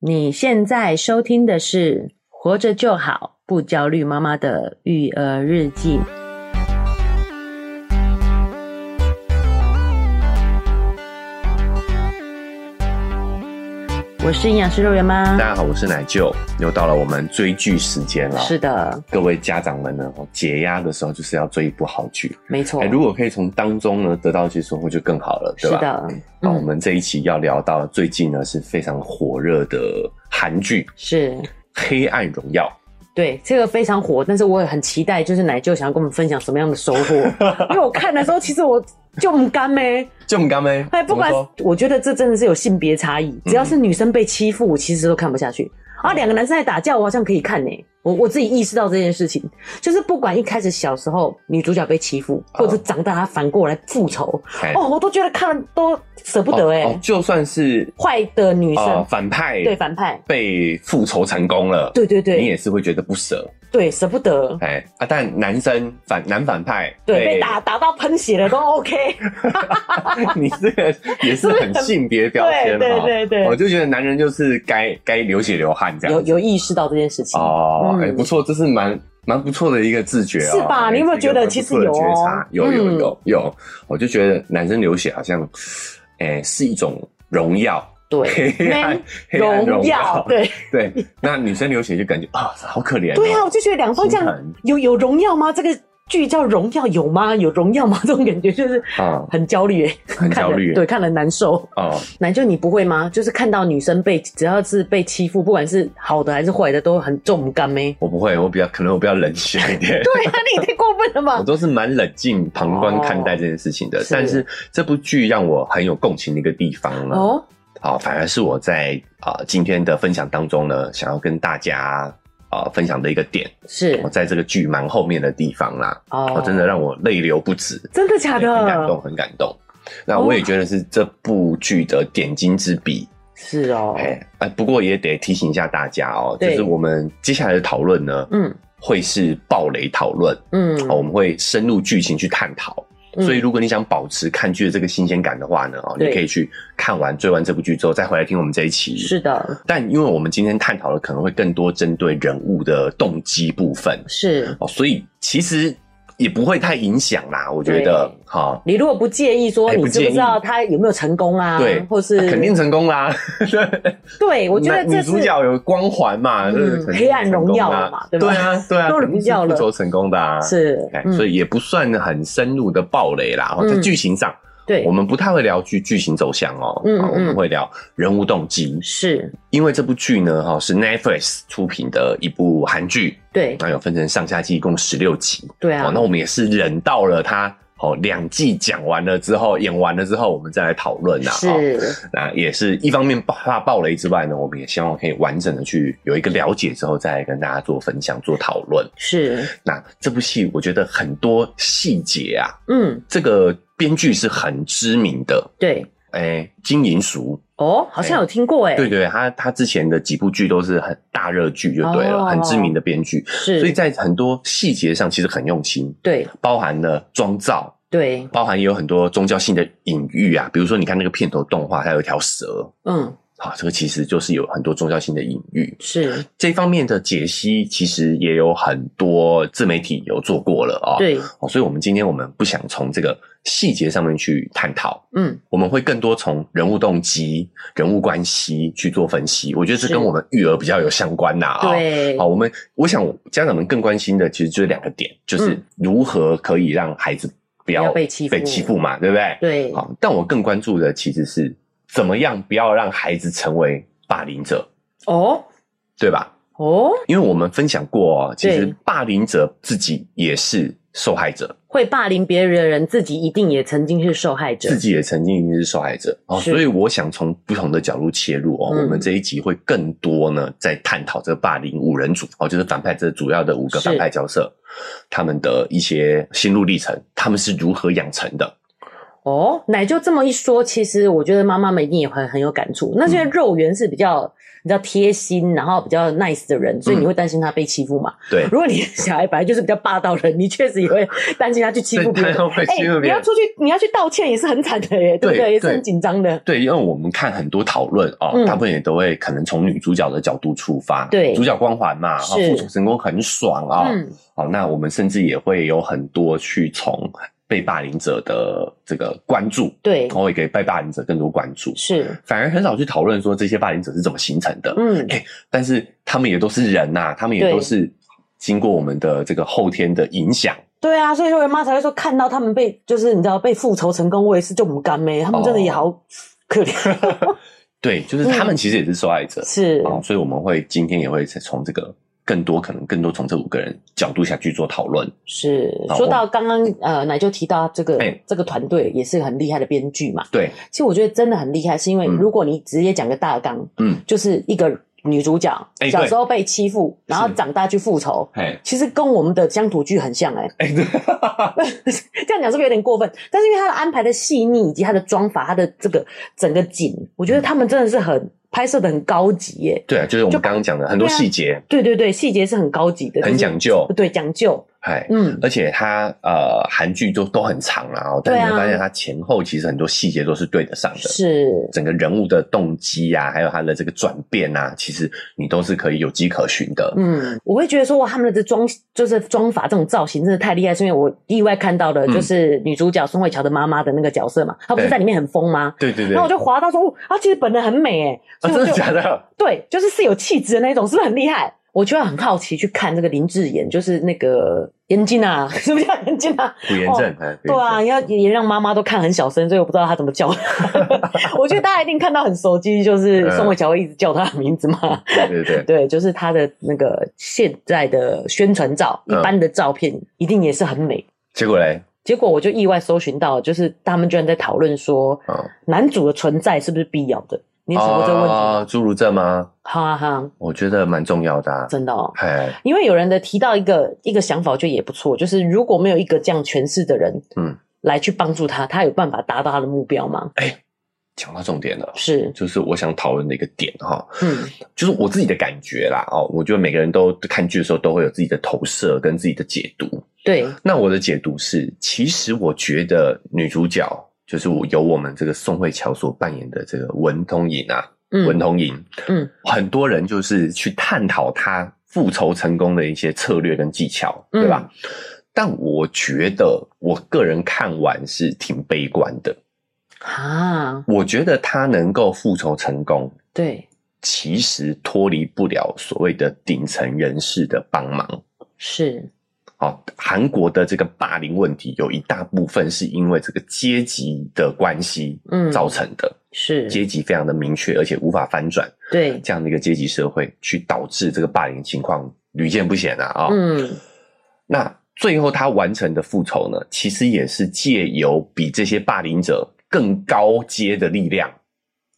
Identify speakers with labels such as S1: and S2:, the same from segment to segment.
S1: 你现在收听的是《活着就好，不焦虑妈妈的育儿日记》。我是营养师肉圆妈
S2: 大。家好，我是奶舅，又到了我们追剧时间了。
S1: 是的，
S2: 各位家长们呢，解压的时候就是要追一部好剧。
S1: 没错
S2: 哎、。如果可以从当中呢得到一些收获，就更好了，
S1: 是
S2: 对吧？
S1: 的，
S2: 好，我
S1: 嗯，
S2: 们这一期要聊到最近呢是非常火热的韩剧《
S1: 是
S2: 黑暗荣耀
S1: 对这个非常火，但是我也很期待，就是奶舅想要跟我们分享什么样的收 获，因为我看的时候，其实我就很干欸呗。》，
S2: 就很干呗。
S1: 哎，不管
S2: 怎么说，嗯
S1: 我觉得这真的是有性别差异，只要是女生被欺负，我其实都看不下去。啊，两个男生在打架，我好像可以看呢、我我自己意识到这件事情，就是不管一开始小时候女主角被欺负，
S2: 哦
S1: 或者长大她反过来复仇，
S2: 哎
S1: 哦，我都觉得看了都舍不得哎、
S2: 哦哦就算是
S1: 坏的女生，
S2: 呃反派
S1: 对反派，
S2: 被复仇成功了，
S1: 对对
S2: 你
S1: 对
S2: 也是会觉得不舍。
S1: 对，舍不得，
S2: 哎啊，但男生反男反派
S1: 对，被打打到喷血了都 OK，
S2: 你这个也是很性别标签嘛？
S1: 对对对对
S2: 我就觉得男人就是该该流血流汗这
S1: 有
S2: 样子。
S1: 有意识到这件事情，
S2: 哦，
S1: 嗯
S2: 哎、不错，这是蛮蛮不错的一个自觉哦。
S1: 是吧
S2: 哎
S1: 你有没有
S2: 这
S1: 觉
S2: 个
S1: 得
S2: 蛮不
S1: 其实
S2: 错的
S1: 有哦
S2: 觉察有有
S1: 嗯
S2: 有有，我就觉得男生流血好像，哎、是一种荣耀。
S1: 对
S2: 黑暗
S1: ，man
S2: 黑暗荣
S1: 耀，对。
S2: 对，那女生流血就感觉啊、好可怜、哦。
S1: 对啊，我就觉得两方这样
S2: 心疼
S1: 有有荣耀吗？这个剧叫荣耀有 吗？有荣耀吗？这种感觉就是
S2: 啊
S1: 很焦虑耶，
S2: 很焦
S1: 看了
S2: 虑
S1: 对，看了难受。
S2: 哦，
S1: 奶就你不会吗？就是看到女生被只要是被欺负，不管是好的还是坏的，都很重感 咩？
S2: 我不会，我比较可能我比较冷血一 点。
S1: 对啊，你太过分了
S2: 我
S1: 吧？
S2: 都是蛮冷静旁观看待这件事情的。
S1: 哦是
S2: 但是这部剧让我很有共情的一个地方呢，
S1: 哦，
S2: 好、反而是我在啊、呃今天的分享当中呢，想要跟大家。啊、分享的一个点，
S1: 是
S2: 我在这个剧蛮后面的地方啦，
S1: 哦
S2: 哦，真的让我泪流不止，
S1: 真的哦假
S2: 很感
S1: 的
S2: 动，？很感动。那我也觉得是这部剧的点睛之笔，
S1: 是哦，
S2: 哎、哎，不过也得提醒一下大家哦，就
S1: 对
S2: 是我们接下来的讨论呢，
S1: 嗯
S2: 会是暴雷讨论，
S1: 嗯
S2: 哦，我们会深入剧情去探讨。
S1: 嗯
S2: 所以，如果你想保持看剧的这个新鲜感的话呢，哦，
S1: 对
S2: 你可以去看完追完这部剧之后，再回来听我们这一期。
S1: 是，的，
S2: 但因为我们今天探讨的可能会更多针对人物的动机部分
S1: 是。
S2: 哦，所以其实也不会太影响啦，我觉得
S1: 对
S2: 哈。
S1: 你如果不介意说
S2: 哎
S1: 你
S2: 不
S1: 知不
S2: 介意
S1: 知道他有没有成功啊，
S2: 对，
S1: 或是
S2: 那肯定成功啦。对，
S1: 对，我觉得
S2: 那
S1: 这
S2: 女
S1: 是
S2: 主角有光环嘛，
S1: 嗯
S2: 这肯定
S1: 黑暗荣耀
S2: 成功啦
S1: 了嘛对吧
S2: 对啊，对啊，
S1: 都荣耀了
S2: 肯定是复仇成功的啊。
S1: 是
S2: 哎，
S1: 嗯
S2: 所以也不算很深入的暴雷啦，哦在
S1: 嗯
S2: 剧情上。
S1: 对
S2: 我，们不太会聊剧剧情走向哦，
S1: 嗯
S2: 啊
S1: 嗯
S2: 我们会聊人物动机，
S1: 是
S2: 因为这部剧呢，哈是 Netflix 出品的一部韩剧，
S1: 对
S2: 那有分成上下季，一共十六集。
S1: 对啊
S2: 嗯哦，，那我们也是忍到了它哦两季讲完了之后，演完了之后，我们再来讨论啦。哦，
S1: 是
S2: 那也是一方面怕暴雷之外呢，我们也希望可以完整的去有一个了解之后，再来跟大家做分享、做讨论。
S1: 是，
S2: 那这部戏我觉得很多细节啊，
S1: 嗯，
S2: 这个编剧是很知名的。
S1: 对，
S2: 哎、金银淑，
S1: 哦，好像有听过哎，
S2: 对对，他他之前的几部剧都是很大热剧，就对了，
S1: 哦
S2: 很知名的编剧，
S1: 是，
S2: 所以在很多细节上其实很用心，
S1: 对
S2: 包含了妆造，
S1: 对，
S2: 包含也有很多宗教性的隐喻啊，比如说你看那个片头动画，它有一条蛇，
S1: 嗯，
S2: 啊，这个其实就是有很多宗教性的隐喻，
S1: 是
S2: 这方面的解析其实也有很多自媒体有做过了哦，
S1: 对，
S2: 哦，所以我们今天我们不想从这个细节上面去探讨，
S1: 嗯，
S2: 我们会更多从人物动机、人物关系去做分析。我觉得这
S1: 是
S2: 跟我们育儿比较有相关呐、啊。
S1: 对
S2: 好，，我们我想家长们更关心的其实就是两个点，就是
S1: 嗯
S2: 如何可以让孩子不
S1: 不
S2: 要
S1: 要被欺负
S2: 被欺负嘛，对不对？
S1: 对，
S2: 好，但我更关注的其实是怎么样不要让孩子成为霸凌者，
S1: 哦
S2: 对吧？
S1: 哦，
S2: 因为我们分享过、哦，其
S1: 对
S2: 实霸凌者自己也是受害者，
S1: 会霸凌别人的人，自己一定也曾经是受害者
S2: 自，己也曾经一定是受害者哦，
S1: 是
S2: 所以我想从不同的角度切入哦，
S1: 嗯
S2: 我们这一集会更多呢在探讨这个霸凌五人组哦，就是反派这主要的五个
S1: 是
S2: 反派角色，他们的一些心路历程，他们是如何养成的。嗯
S1: 哦，奶就这么一说，其实我觉得妈妈们一定也很很有感触。那些肉圆是比较比较贴心，然后比较 nice 的人，所以你会担心他被欺负嘛？
S2: 对，
S1: 如果你的小孩本来就是比较霸道的人，你确实也会担心他去欺负别人。哎
S2: 对他会欺负别人
S1: 你要出去，你要去道歉也是很惨的耶，对不
S2: 对
S1: 对？也是很
S2: 对
S1: 紧张的。
S2: 对，因为我们看很多讨论哦，
S1: 嗯
S2: 大部分也都会可能从女主角的角度出发，
S1: 对
S2: 主角光环嘛，哦
S1: 是
S2: 复仇成功很爽啊、哦，
S1: 嗯，
S2: 好，那我们甚至也会有很多去从被霸凌者的这个关注，
S1: 对
S2: 然，后也给被霸凌者更多关注，
S1: 是，
S2: 反而很少去讨论说这些霸凌者是怎么形成的。
S1: 嗯，
S2: 但是他们也都是人呐、他们也
S1: 对
S2: 都是经过我们的这个后天的影响，
S1: 对啊，所以我妈才会说，看到他们被，就是你知道被复仇成功，我也是就母干妹，他们真的也
S2: 哦
S1: 好可 怜。
S2: 对，就是他们其实也是受害者。
S1: 嗯是，
S2: 哦，所以我们会今天也会从这个更多可能更多从这五个人角度下去做讨论。
S1: 是
S2: 好，
S1: 说到刚刚呃，奶就提到这个、
S2: 哎
S1: 这个团队也是很厉害的编剧嘛。
S2: 对，
S1: 其实我觉得真的很厉害，是因为
S2: 嗯
S1: 如果你直接讲个大纲，
S2: 嗯，
S1: 就是一个女主角、
S2: 哎
S1: 小
S2: 对
S1: 时候被欺负，然后
S2: 是
S1: 长大去复仇。
S2: 哎
S1: 其实跟我们的乡土剧很像哎、
S2: 哎， 对，
S1: 这样讲是不是有点过分？但是因为他的安排的细腻，以及他的妆法，他的这个整个景，我
S2: 嗯
S1: 觉得他们真的是很拍摄的很高级耶、
S2: 对啊，就是我们刚刚讲的很多
S1: 对啊
S2: 细节，
S1: 对对对，细节是很高级的，
S2: 很
S1: 就是
S2: 讲究，
S1: 对讲究，
S2: 哎。
S1: 嗯，
S2: 而且它呃，韩剧都都很长啊、哦，但是你
S1: 对
S2: 会
S1: 啊
S2: 发现它前后其实很多细节都是对得上的，
S1: 是
S2: 整个人物的动机啊，还有他的这个转变啊，其实你都是可以有迹可循的。
S1: 嗯，我会觉得说哇，他们的妆就是妆法这种造型真的太厉害，是因为我意外看到的
S2: 嗯
S1: 就是女主角宋慧乔的妈妈的那个角色嘛，她不是
S2: 对
S1: 在里面很疯吗？
S2: 对对对，
S1: 然后我就滑到说，哦，她其实本人很美诶、
S2: 啊，
S1: 所以
S2: 真
S1: 我
S2: 的
S1: 就、哦
S2: 假的？
S1: 对，就是是有气质的那种，是不是很厉害？我就很好奇去看这个林志妍，就是那个严静啊， 是不是叫严静啊？
S2: 胡延正，哎
S1: 对啊，，要也让妈妈都看很小声，所以我不知道她怎 么叫。我觉得大家一定看到很熟悉，就是
S2: 嗯
S1: 宋慧乔会一直叫她的名字嘛。
S2: 胡延正对 对对，
S1: 对，就是他的那个现在的宣传照，一
S2: 嗯
S1: 般的照片一定也是很美。
S2: 结果嘞，
S1: 结果我就意外搜寻到，就是他们居然在讨论说，
S2: 嗯，
S1: 男主的存在是不是必要的？你
S2: 你
S1: 有想过这个问题啊吗？
S2: 侏儒症吗？
S1: 哈哈，
S2: 我觉得蛮重要的、啊，
S1: 真的哦。
S2: 哎，
S1: 因为有人的提到一个一个想法，我觉得也不错，就是如果没有一个这样诠释的人，
S2: 嗯，
S1: 来去帮助他，他有办法达到他的目标吗？
S2: 讲到重点了。
S1: 是，
S2: 就是我想讨论的一个点哈，
S1: 嗯，
S2: 就是我自己的感觉啦哦，我觉得每个人都看剧的时候都会有自己的投射跟自己的解读。
S1: 对，
S2: 那我的解读是，其实我觉得女主角就是我由我们这个宋慧乔所扮演的这个文通颖啊，文
S1: 嗯
S2: 通颖，
S1: 嗯，
S2: 很多人就是去探讨她复仇成功的一些策略跟技巧，对吧？
S1: 嗯
S2: 但我觉得我个人看完是挺悲观的，
S1: 啊，
S2: 我觉得她能够复仇成功。
S1: 对，
S2: 其实脱离不了所谓的顶层人士的帮忙，
S1: 是，
S2: 哦，韩国的这个霸凌问题有一大部分是因为这个阶级的关系
S1: 嗯
S2: 造成的，
S1: 是，
S2: 阶级非常的明确，而且无法翻转
S1: 对，
S2: 这样的一个阶级社会，去导致这个霸凌情况屡见不鲜啊啊、哦
S1: 嗯，
S2: 那最后他完成的复仇呢，其实也是借由比这些霸凌者更高阶的力量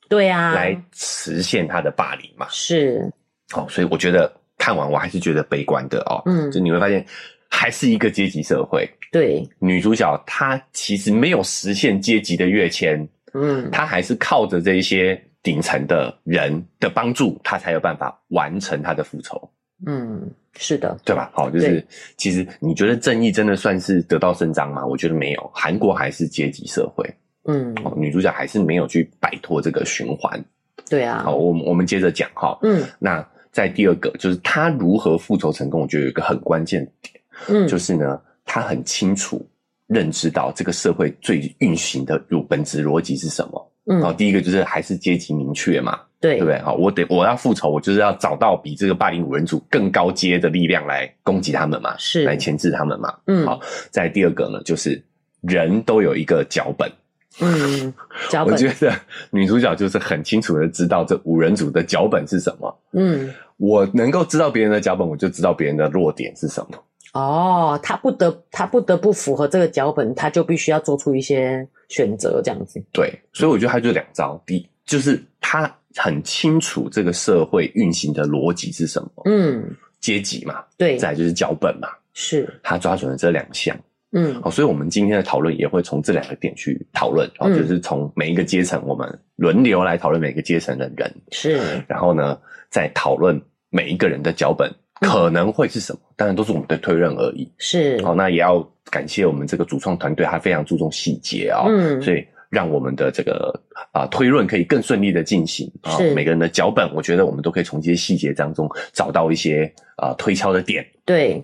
S1: 对啊，
S2: 来实现他的霸凌嘛。
S1: 是，
S2: 哦，所以我觉得看完我还是觉得悲观的哦。
S1: 嗯
S2: 就你会发现还是一个阶级社会。
S1: 对，
S2: 女主角她其实没有实现阶级的跃迁，
S1: 嗯，
S2: 她还是靠着这一些顶层的人的帮助，她才有办法完成她的复仇，
S1: 嗯，是的，
S2: 对吧？好，就是
S1: 对
S2: 其实你觉得正义真的算是得到伸张吗？我觉得没有，韩国还是阶级社会，
S1: 嗯，
S2: 哦，女主角还是没有去摆脱这个循环。
S1: 对啊
S2: 好，，我们我们接着讲哈、
S1: 嗯
S2: 那在第二个就是她如何复仇成功，我觉得有一个很关键点，
S1: 嗯，
S2: 就是呢，他很清楚认知到这个社会最运行的有本质逻辑是什么。然后
S1: 嗯，
S2: 第一个就是还是阶级明确嘛，
S1: 对
S2: 对不对？好，我得我要复仇，我就是要找到比这个霸凌五人组更高阶的力量来攻击他们嘛，
S1: 是
S2: 来钳制他们嘛。
S1: 嗯
S2: 好，再第二个呢，就是人都有一个脚本，
S1: 嗯，脚
S2: 我
S1: 本，
S2: 觉得女主角就是很清楚的知道这五人组的脚本是什么。
S1: 嗯，
S2: 我能够知道别人的脚本，我就知道别人的弱点是什么。
S1: 哦，他不得他不得不符合这个脚本，他就必须要做出一些选择，这样子，
S2: 对，所以我觉得他就
S1: 嗯
S2: 两招，第一就是他很清楚这个社会运行的逻辑是什么，
S1: 嗯，
S2: 阶级嘛，
S1: 对，
S2: 再来就是脚本嘛，
S1: 是，
S2: 他抓准了这两项，
S1: 嗯
S2: 好，所以我们今天的讨论也会从这两个点去讨论，哦，
S1: 嗯
S2: 就是从每一个阶层，我们轮流来讨论每个阶层的人，
S1: 是
S2: 然后呢，再讨论每一个人的脚本
S1: 嗯
S2: 可能会是什么，当然都是我们的推论而已。哦
S1: 是
S2: 好，那也要感谢我们这个主创团队，他非常注重细节啊、
S1: 嗯
S2: 所以让我们的这个啊、推论可以更顺利的进行啊、
S1: 是
S2: 每个人的脚本，我觉得我们都可以从这些细节当中找到一些啊、推敲的点。
S1: 对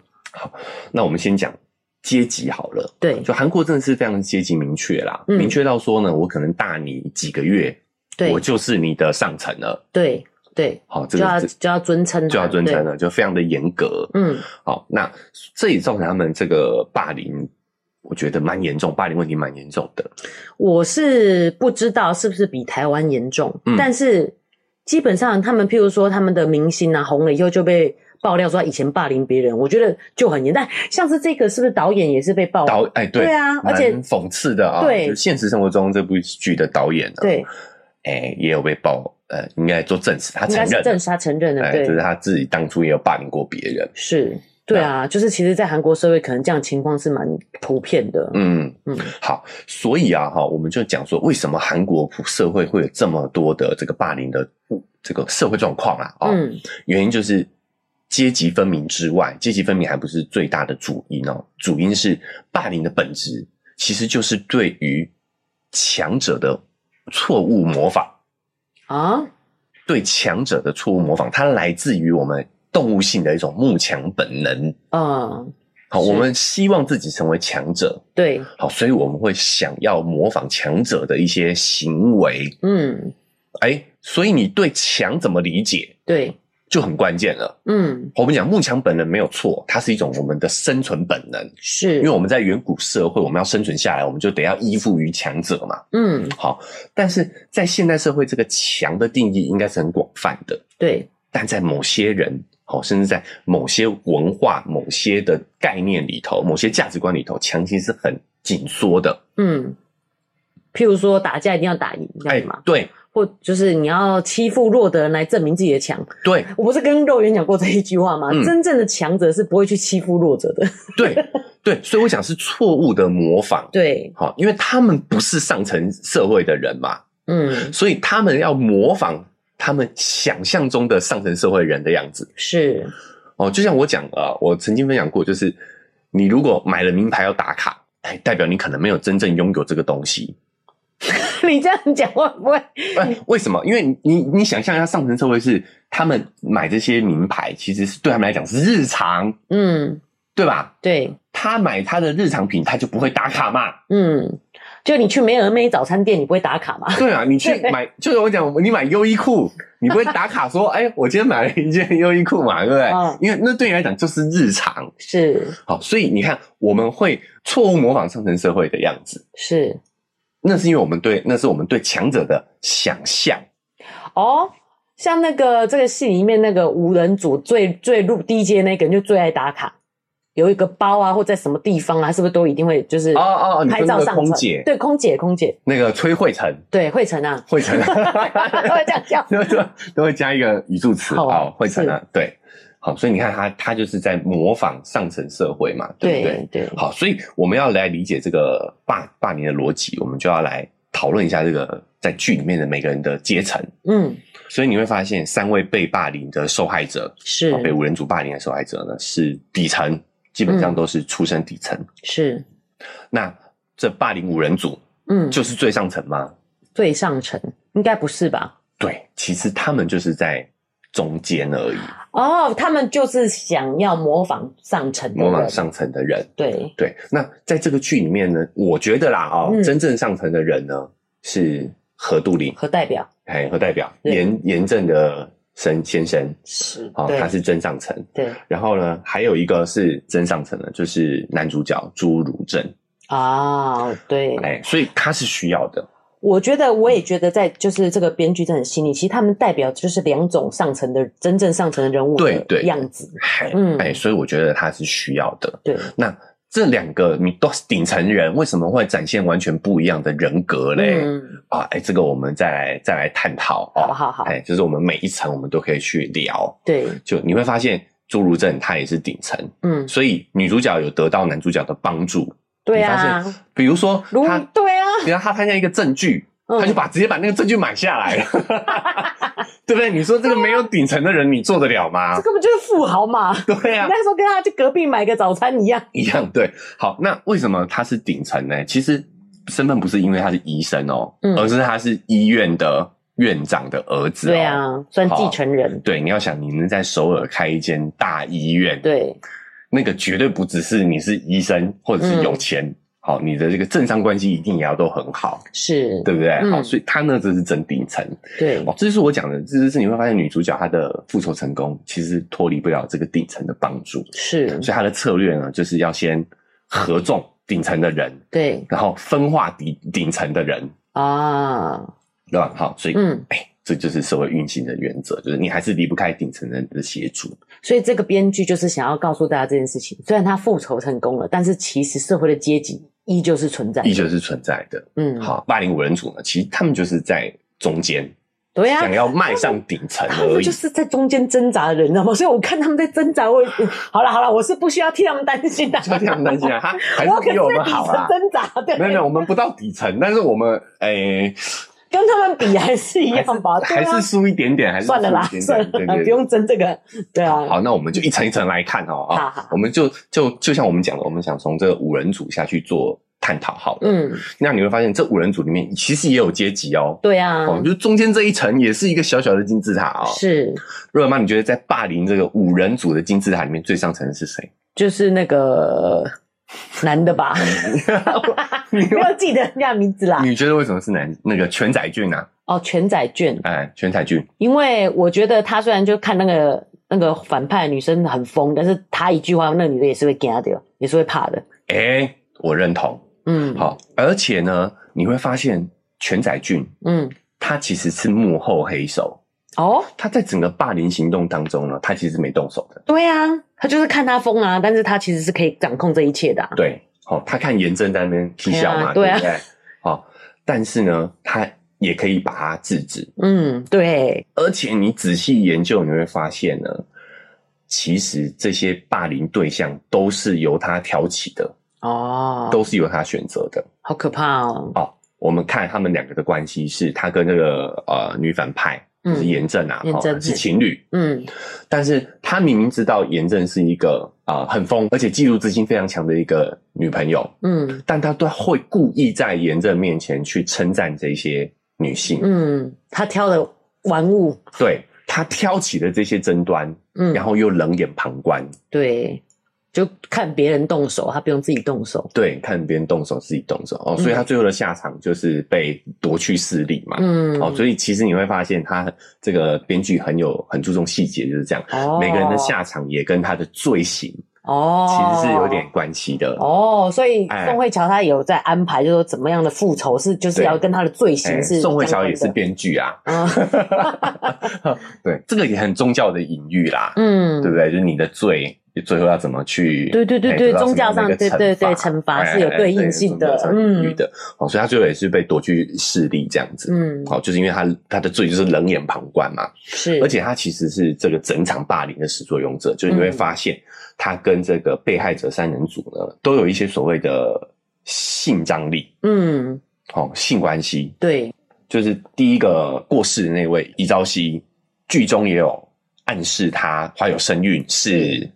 S2: 那我们先讲阶级好了，
S1: 对
S2: 就韩国真的是非常阶级明确啦，
S1: 嗯
S2: 明确到说呢，我可能大你几个月，
S1: 对
S2: 我就是你的上层了。
S1: 对对，
S2: 好，这
S1: 就
S2: 个
S1: 要
S2: 这
S1: 就要尊称他，
S2: 就要尊称
S1: 对
S2: 了，就非常的严格。
S1: 嗯
S2: 好，那这也造成他们这个霸凌，我觉得蛮严重，霸凌问题蛮严重的。
S1: 我是不知道是不是比台湾严重，
S2: 嗯
S1: 但是基本上他们，譬如说他们的明星啊红了以后就被爆料说他以前霸凌别人，我觉得就很严。但像是这个是不是导演也是被爆？
S2: 导哎，
S1: 对啊而
S2: 蛮
S1: 且
S2: 讽刺的啊，
S1: 对
S2: 就现实生活中这部剧的导演呢，
S1: 对，
S2: 哎，也有被爆，呃，应该做证实，他
S1: 应
S2: 承
S1: 该是
S2: 认
S1: 证
S2: 了，
S1: 实他承认的，
S2: 哎，就是
S1: 对，
S2: 他自己当初也有霸凌过别人。
S1: 是。对啊，就是其实，在韩国社会，可能这样情况是蛮普遍的。
S2: 嗯，
S1: 嗯，
S2: 好，所以啊，哈，我们就讲说，为什么韩国社会会有这么多的这个霸凌的这个社会状况啊？哦，
S1: 嗯，
S2: 原因就是阶级分明之外，阶级分明还不是最大的主因哦，主因是霸凌的本质其实就是对于强者的错误模仿，哦
S1: 啊，
S2: 对强者的错误模仿，它来自于我们动物性的一种慕强本能。
S1: 嗯，
S2: 好，
S1: 是
S2: 我们希望自己成为强者，
S1: 对，
S2: 好，所以我们会想要模仿强者的一些行为。
S1: 嗯，
S2: 哎，所以你对强怎么理解
S1: 对，
S2: 就很关键了。
S1: 嗯，
S2: 我们讲慕强本能没有错，它是一种我们的生存本能，
S1: 是，
S2: 因为我们在远古社会，我们要生存下来，我们就得要依附于强者嘛。
S1: 嗯，
S2: 好，但是在现代社会，这个强的定义应该是很广泛的，
S1: 对，
S2: 但在某些人，好，甚至在某些文化、某些的概念里头、某些价值观里头，强其实是很紧缩的。
S1: 嗯，譬如说打架一定要打赢，
S2: 哎
S1: 这样子嘛，
S2: 对
S1: 或就是你要欺负弱的人来证明自己的强。
S2: 对
S1: 我不是跟肉圆讲过这一句话吗？
S2: 嗯
S1: 真正的强者是不会去欺负弱者的。
S2: 对对，所以我讲是错误的模仿。
S1: 对，
S2: 好，因为他们不是上层社会的人嘛，
S1: 嗯，
S2: 所以他们要模仿他们想象中的上层社会人的样子。
S1: 是，
S2: 哦，就像我讲啊、呃，我曾经分享过，就是你如果买了名牌要打卡，哎，代表你可能没有真正拥有这个东西。
S1: 你这样讲会不会？
S2: 哎，为什么？因为你你你想象一下，上层社会是他们买这些名牌，其实是对他们来讲是日常，
S1: 嗯，
S2: 对吧？
S1: 对，
S2: 他买他的日常品，他就不会打卡嘛？
S1: 嗯，就你去美而美早餐店，你不会打卡吗？
S2: 对啊，你去买，就是我讲，你买优衣库，你不会打卡说， 哎，我今天买了一件优衣库嘛，对不对？
S1: 嗯
S2: 因为那对你来讲就是日常。
S1: 是
S2: 好，所以你看，我们会错误模仿上层社会的样子。
S1: 是，
S2: 那是因为我们对那是我们对强者的想象，
S1: 哦，像那个这个戏里面那个无人组最最入低阶那个人就最爱打卡，有一个包啊或在什么地方啊，是不是都一定会就是
S2: 哦哦哦你说
S1: 拍照
S2: 那个
S1: 上
S2: 空
S1: 传
S2: 姐
S1: 对空姐空姐
S2: 那个崔慧成，
S1: 对惠成啊，
S2: 慧成，
S1: 都会这样叫，
S2: 都都都会加一个语助词
S1: 好啊
S2: 哦，慧成啊，对，好，所以你看他他就是在模仿上层社会嘛， 对不对？
S1: 对对
S2: 好，所以我们要来理解这个霸霸凌的逻辑，我们就要来讨论一下这个在剧里面的每个人的阶层。
S1: 嗯
S2: 所以你会发现，三位被霸凌的受害者，
S1: 是
S2: 哦被五人组霸凌的受害者呢，是底层，基本上都是出身底层。
S1: 是
S2: 那这霸凌五人组
S1: 嗯
S2: 就是最上层吗？
S1: 最上层应该不是吧？
S2: 对，其实他们就是在中间而已，
S1: 哦，他们就是想要模仿上层的
S2: 模
S1: 人，
S2: 仿上层的人。
S1: 对
S2: 对，那在这个剧里面呢，我觉得啦哦，
S1: 嗯
S2: 真正上层的人呢是何杜林，
S1: 和代表
S2: 哎，何代表
S1: 对
S2: 严严正的神先生，
S1: 是
S2: 哦，
S1: 对
S2: 他是真上层。
S1: 对
S2: 然后呢，还有一个是真上层的，就是男主角朱如正，
S1: 啊对
S2: 哎，所以他是需要的。
S1: 我觉得，我也觉得，在就是这个编剧真的很细腻。其实他们代表就是两种上层的真正上层的人物
S2: 对
S1: 的
S2: 对
S1: 样子。
S2: 哎、
S1: 嗯
S2: 哎，所以我觉得他是需要的。
S1: 对，
S2: 那这两个你都是顶层人，为什么会展现完全不一样的人格嘞？
S1: 嗯，
S2: 啊，哎，这个我们再来再来探讨
S1: 好
S2: 哦。
S1: 好好，
S2: 哎，就是我们每一层我们都可以去聊，
S1: 对，
S2: 就你会发现。朱如正他也是顶层，
S1: 嗯，
S2: 所以女主角有得到男主角的帮助，
S1: 对
S2: 你
S1: 啊
S2: 发，现，比如说
S1: 如
S2: 他，
S1: 对啊，
S2: 比如他参加一个证据，
S1: 嗯
S2: 他就把直接把那个证据买下来了， 对不对？你说这个没有顶层的人，你做得了 吗
S1: 这？根本就是富豪嘛。
S2: 对呀、啊，
S1: 那时候跟他去隔壁买个早餐一样，
S2: 一样对。好，那为什么他是顶层呢？其实身份不是因为他是医生哦，
S1: 嗯
S2: 而是他是医院的院长的儿子、哦。
S1: 对，啊，算继承人，
S2: 对，你要想，你能在首尔开一间大医院，
S1: 对，
S2: 那个绝对不只是你是医生或者是有
S1: 嗯
S2: 钱，好，你的这个政商关系一定也要都很好，
S1: 是，
S2: 对不对？
S1: 嗯
S2: 好，所以他呢，这是真顶层。
S1: 对
S2: 哦，这就是我讲的，这就是你会发现女主角她的复仇成功，其实脱离不了这个顶层的帮助，
S1: 是，
S2: 所以她的策略呢，就是要先合纵顶层的人，
S1: 对
S2: 然后分化底顶层的人，
S1: 啊，
S2: 对吧？好，所以。
S1: 嗯，
S2: 哎，这就是社会运行的原则，就是你还是离不开顶层人的协助。
S1: 所以这个编剧就是想要告诉大家这件事情，虽然他复仇成功了，但是其实社会的阶级依旧是存在的
S2: 依，旧是存在的。
S1: 嗯，，
S2: 好，霸凌五人组呢，其实他们就是在中间，
S1: 对呀、
S2: 想要迈上顶层
S1: 他
S2: 而
S1: 们
S2: 已
S1: 啊就。是在中间挣扎的人，知道吗？所以我看他们在挣扎，我也好了好了，我是不需要替他们担心的，
S2: 不 要这样担 心啊，他还
S1: 我可
S2: 是
S1: 是
S2: 比我们
S1: 在底
S2: 好
S1: 层
S2: 啊。
S1: 挣扎，对，
S2: 没有没有，我们不到底层，但是我们诶、
S1: 跟他们比还是一
S2: 还是
S1: 样吧，对
S2: 还
S1: 啊
S2: 是输一点点，还是
S1: 算了啦
S2: 输，一
S1: 算了
S2: 点点对
S1: 啦，
S2: 对对
S1: 不用争这个，对啊，
S2: 好，那我们就一层一层来看哦
S1: 好
S2: 啊
S1: 好，
S2: 我们就就就像我们讲的，我们想从这五人组下去做探讨好了。
S1: 嗯，
S2: 那你会发现这五人组里面其实也有阶级哦，
S1: 对啊，
S2: 哦，就中间这一层也是一个小小的金字塔哦。
S1: 是
S2: 瑞尔妈，你觉得在霸凌这个五人组的金字塔里面最上层的是谁？
S1: 就是那个男的 吧，不要记得人家名字啦。
S2: 你觉得为什么是男那个全宰俊啊？
S1: 哦，全宰卷，
S2: 哎，全宰俊，
S1: 因为我觉得他虽然就看那个那个反派女生很疯，但是他一句话，那女的也是会惊掉，也是会怕的。
S2: 哎，我认同。
S1: 嗯，，
S2: 好，而且呢，你会发现全宰俊
S1: 嗯，
S2: 他其实是幕后黑手，
S1: 哦，
S2: 他在整个霸凌行动当中呢，他其实没动手的。
S1: 对啊，他就是看他疯啊，但是他其实是可以掌控这一切的、啊。
S2: 对，好、他看严正在那边踢笑嘛，
S1: 对
S2: 对
S1: 啊
S2: 不对？好、但是呢，他也可以把他制止。
S1: 嗯，对，
S2: 而且你仔细研究，你会发现呢，其实这些霸凌对象都是由他挑起的，
S1: 哦，
S2: 都是由他选择的。
S1: 好可怕哦。
S2: 我们看他们两个的关系是，他跟那个呃女反派
S1: 嗯
S2: 就是严正啊，
S1: 严
S2: 哦
S1: 正
S2: 是情侣，
S1: 嗯，
S2: 但是他明明知道严正是一个啊、呃很疯，而且嫉妒之心非常强的一个女朋友，
S1: 嗯，
S2: 但他都会故意在严正面前去称赞这些女性，
S1: 嗯，他挑的玩物，
S2: 对他挑起了这些争端，
S1: 嗯，
S2: 然后又冷眼旁观。
S1: 对，就看别人动手，他不用自己动手。
S2: 对，看别人动手，自己动手哦，
S1: 嗯
S2: 所以他最后的下场就是被夺去势力嘛。
S1: 嗯，
S2: 哦，所以其实你会发现，他这个编剧很有很注重细节，就是这样。
S1: 哦
S2: 每个人的下场也跟他的罪行
S1: 哦，
S2: 其实是有点关系的。
S1: 哦，所以
S2: 哎
S1: 宋慧乔她有在安排，就说怎么样的复仇是就是
S2: 对
S1: 要跟她的罪
S2: 哎
S1: 行是
S2: 宋慧
S1: 相
S2: 乔
S1: 关
S2: 也是
S1: 的
S2: 编剧啊，
S1: 啊，
S2: 对，这个也很宗教的隐喻啦，
S1: 嗯，
S2: 对不对？就是你的罪最后要怎么去？
S1: 对对对
S2: 哎
S1: 对
S2: 得到
S1: 宗教
S2: 什么样的一个
S1: 上对对对
S2: 惩哎
S1: 惩罚是有对应性的
S2: 嗯，隐喻
S1: 嗯
S2: 的。哦，所以他最后也是被夺去势力这样子。
S1: 嗯，
S2: 好，就是因为他他的罪就是冷眼旁观嘛，
S1: 是，
S2: 而且他其实是这个整场霸凌的始作俑者，就是
S1: 嗯
S2: 你会发现他跟这个被害者三人组呢，都有一些所谓的性张力，
S1: 嗯，
S2: 哦，性关系，
S1: 对，
S2: 就是第一个过世的那位伊昭熙，剧中也有暗示他怀有身孕是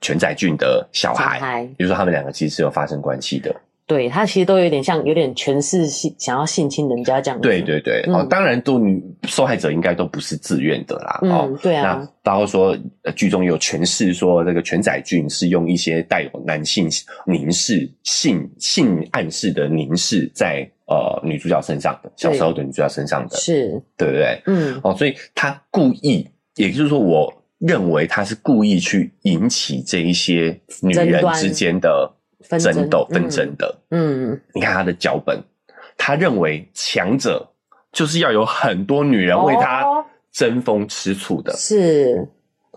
S2: 全宰俊的小
S1: 小
S2: 孩，
S1: 孩，
S2: 比如说他们两个其实是有发生关系的，
S1: 对他其实都有点像有点权势性想要性侵人家这样子，
S2: 对对对，哦
S1: 嗯，
S2: 当然都女受害者应该都不是自愿的啦，哦
S1: 嗯，，对啊
S2: 那，包括说，呃剧中有诠释说，这个全宰俊是用一些带有男性凝视、性性暗示的凝视在呃女主角身上的，小时候的女主角身上的，
S1: 是，
S2: 对不对？
S1: 嗯
S2: 哦，所以他故意，也就是说，我认为他是故意去引起这一些女
S1: 争
S2: 人
S1: 端
S2: 之间的
S1: 纷争
S2: 争斗、
S1: 嗯
S2: 纷争的。
S1: 嗯，
S2: 你看他的脚本，他认为强者就是要有很多女人为他
S1: 哦
S2: 争风吃醋的。
S1: 是，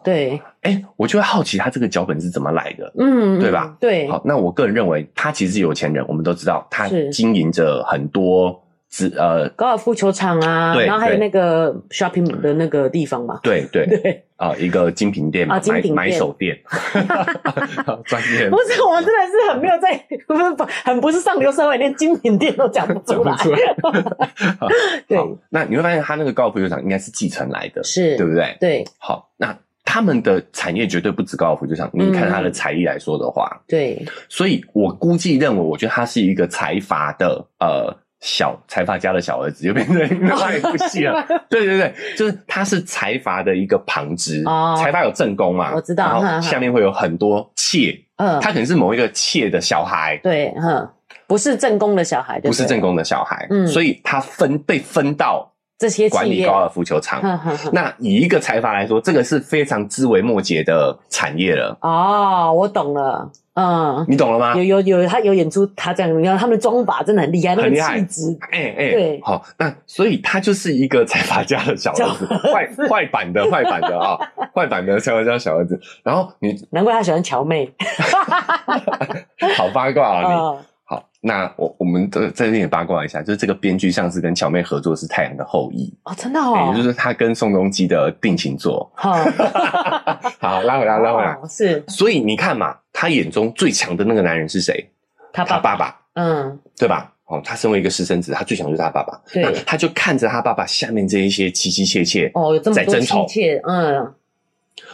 S1: 对，
S2: 哎、我就会好奇他这个脚本是怎么来的。
S1: 嗯，
S2: 对吧
S1: 嗯？对，
S2: 好，那我个人认为他其实有钱人，我们都知道他
S1: 是
S2: 经营着很多只呃，
S1: 高尔夫球场啊，
S2: 对
S1: 然后还有
S2: 对
S1: 那个 shopping 的那个地方嘛，
S2: 对对
S1: 对，
S2: 啊、一个精品店
S1: 啊
S2: 买
S1: 精品店
S2: 买手 店，专业
S1: 不是，我真的是很没有在， 不是不很不是上流社会，连精品店都讲不出来。
S2: 讲不出
S1: 对，
S2: 好，那你会发现他那个高尔夫球场应该是继承来的，
S1: 是，
S2: 对不对？
S1: 对
S2: 好，那他们的产业绝对不止高尔夫球场，你看他
S1: 嗯
S2: 的财力来说的话，
S1: 对
S2: 所以我估计认为，我觉得他是一个财阀的呃小财阀家的小儿子，又变成另外一
S1: 哦
S2: 部戏了。对对对，就是他是财阀的一个旁支，
S1: 哦
S2: 财阀有正宫嘛，
S1: 我知道哈
S2: 然
S1: 哈
S2: 后下面会有很多妾，
S1: 嗯，
S2: 他可能是某一个妾的小孩，
S1: 对，哼，不是正宫的小孩，对
S2: 不
S1: 不
S2: 是
S1: 对
S2: 正宫的小孩，
S1: 嗯
S2: 所以他分被分到
S1: 这些
S2: 管
S1: 企
S2: 理
S1: 业，嗯
S2: 高尔夫球场。
S1: 哼哼哼。
S2: 那以一个财阀来说，这个是非常枝微末节的产业了，
S1: 哦，我懂了，嗯，
S2: 你懂了吗？
S1: 有有有，他有演出，他这样，你看他们的妆法真的很厉害，那个
S2: 很厉害
S1: 气质，
S2: 哎哎，
S1: 对
S2: 好，那所以他就是一个财阀家的小儿子，坏坏版的坏版 的啊，坏版的财阀家小儿子。然后你
S1: 难怪他喜欢乔妹。
S2: 好八卦啊，你
S1: 嗯，
S2: 好，那我我们在在这里也八卦一下，就是这个编剧上次跟乔妹合作是《太阳的后裔
S1: 哦，真的》，
S2: 也哎就
S1: 哦，
S2: 是他跟宋仲基的定情作。
S1: 好，
S2: 好，拉回来，拉回来。
S1: 哦是
S2: 所以你看嘛，他眼中最强的那个男人是谁？
S1: 他
S2: 他
S1: 爸爸，
S2: 爸爸，
S1: 嗯，
S2: 对吧？哦，他身为一个私生子，他最强就是他爸爸。
S1: 对
S2: 那他就看着他爸爸下面这一些妻妻妾妾，
S1: 哦，有这么
S2: 在
S1: 多
S2: 争
S1: 亲
S2: 吵
S1: 切，嗯，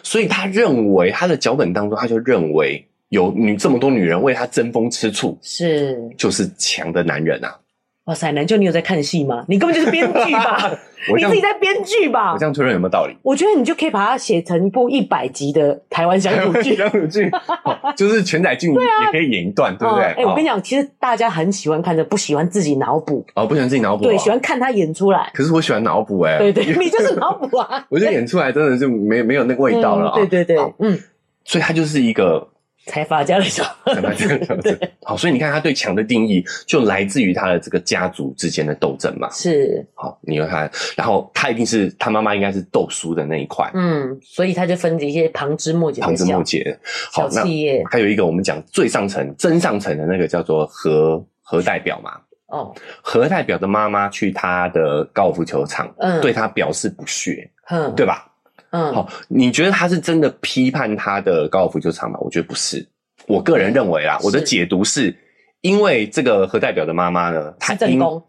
S2: 所以他认为他的脚本当中，他就认为有女这么多女人为他争风吃醋，
S1: 是，
S2: 就是强的男人啊。
S1: 哇塞，南就你有在看戏吗？你根本就是编剧 吧，
S2: 我
S1: 你
S2: 这
S1: 自己
S2: 样
S1: 在编剧吧
S2: 我这。样推论有没有道理？
S1: 我觉得你就可以把它写成一部一百集的台湾乡土剧。
S2: 杨鲁俊，哦 就是全载俊也可以演一段，对不哦对？
S1: 嗯哎，我跟你
S2: 你
S1: 讲，其实大家很喜欢看的，不喜欢自己脑补，
S2: 哦，不喜欢自己脑补，
S1: 对，喜。欢看他演出来。
S2: 可是我喜欢脑补，哎，
S1: 对对，你就是脑补啊
S2: ，我觉得演出来真的就没没有那个 味道了啊。
S1: 嗯对对对
S2: 好，
S1: 嗯，
S2: 所以他就是一个
S1: 财阀家的小孩，
S2: 怎么这样 子？好，所以你看他对强的定义就来自于他的这个家族之间的斗争嘛。
S1: 是，
S2: 好，你会看，然后他一定是他妈妈应该是斗输的那一块，
S1: 嗯，所以他就分一些旁枝末节
S2: 旁
S1: 的
S2: 枝末
S1: 小
S2: 节。好
S1: 小，
S2: 那
S1: 企业
S2: 还有一个我们讲最上层、真上层的那个叫做何何代表嘛。
S1: 哦，
S2: 何代表的妈妈去他的高尔夫球场，
S1: 嗯，
S2: 对，他表示不屑，
S1: 嗯，
S2: 对，吧？
S1: 嗯，
S2: 好，你觉得他是真的批判他的高尔夫球场吗？我觉得不是，我个人认为啦，
S1: 是
S2: 我的解读是因为这个何代表的妈妈呢，她
S1: 是正
S2: 因
S1: 宫，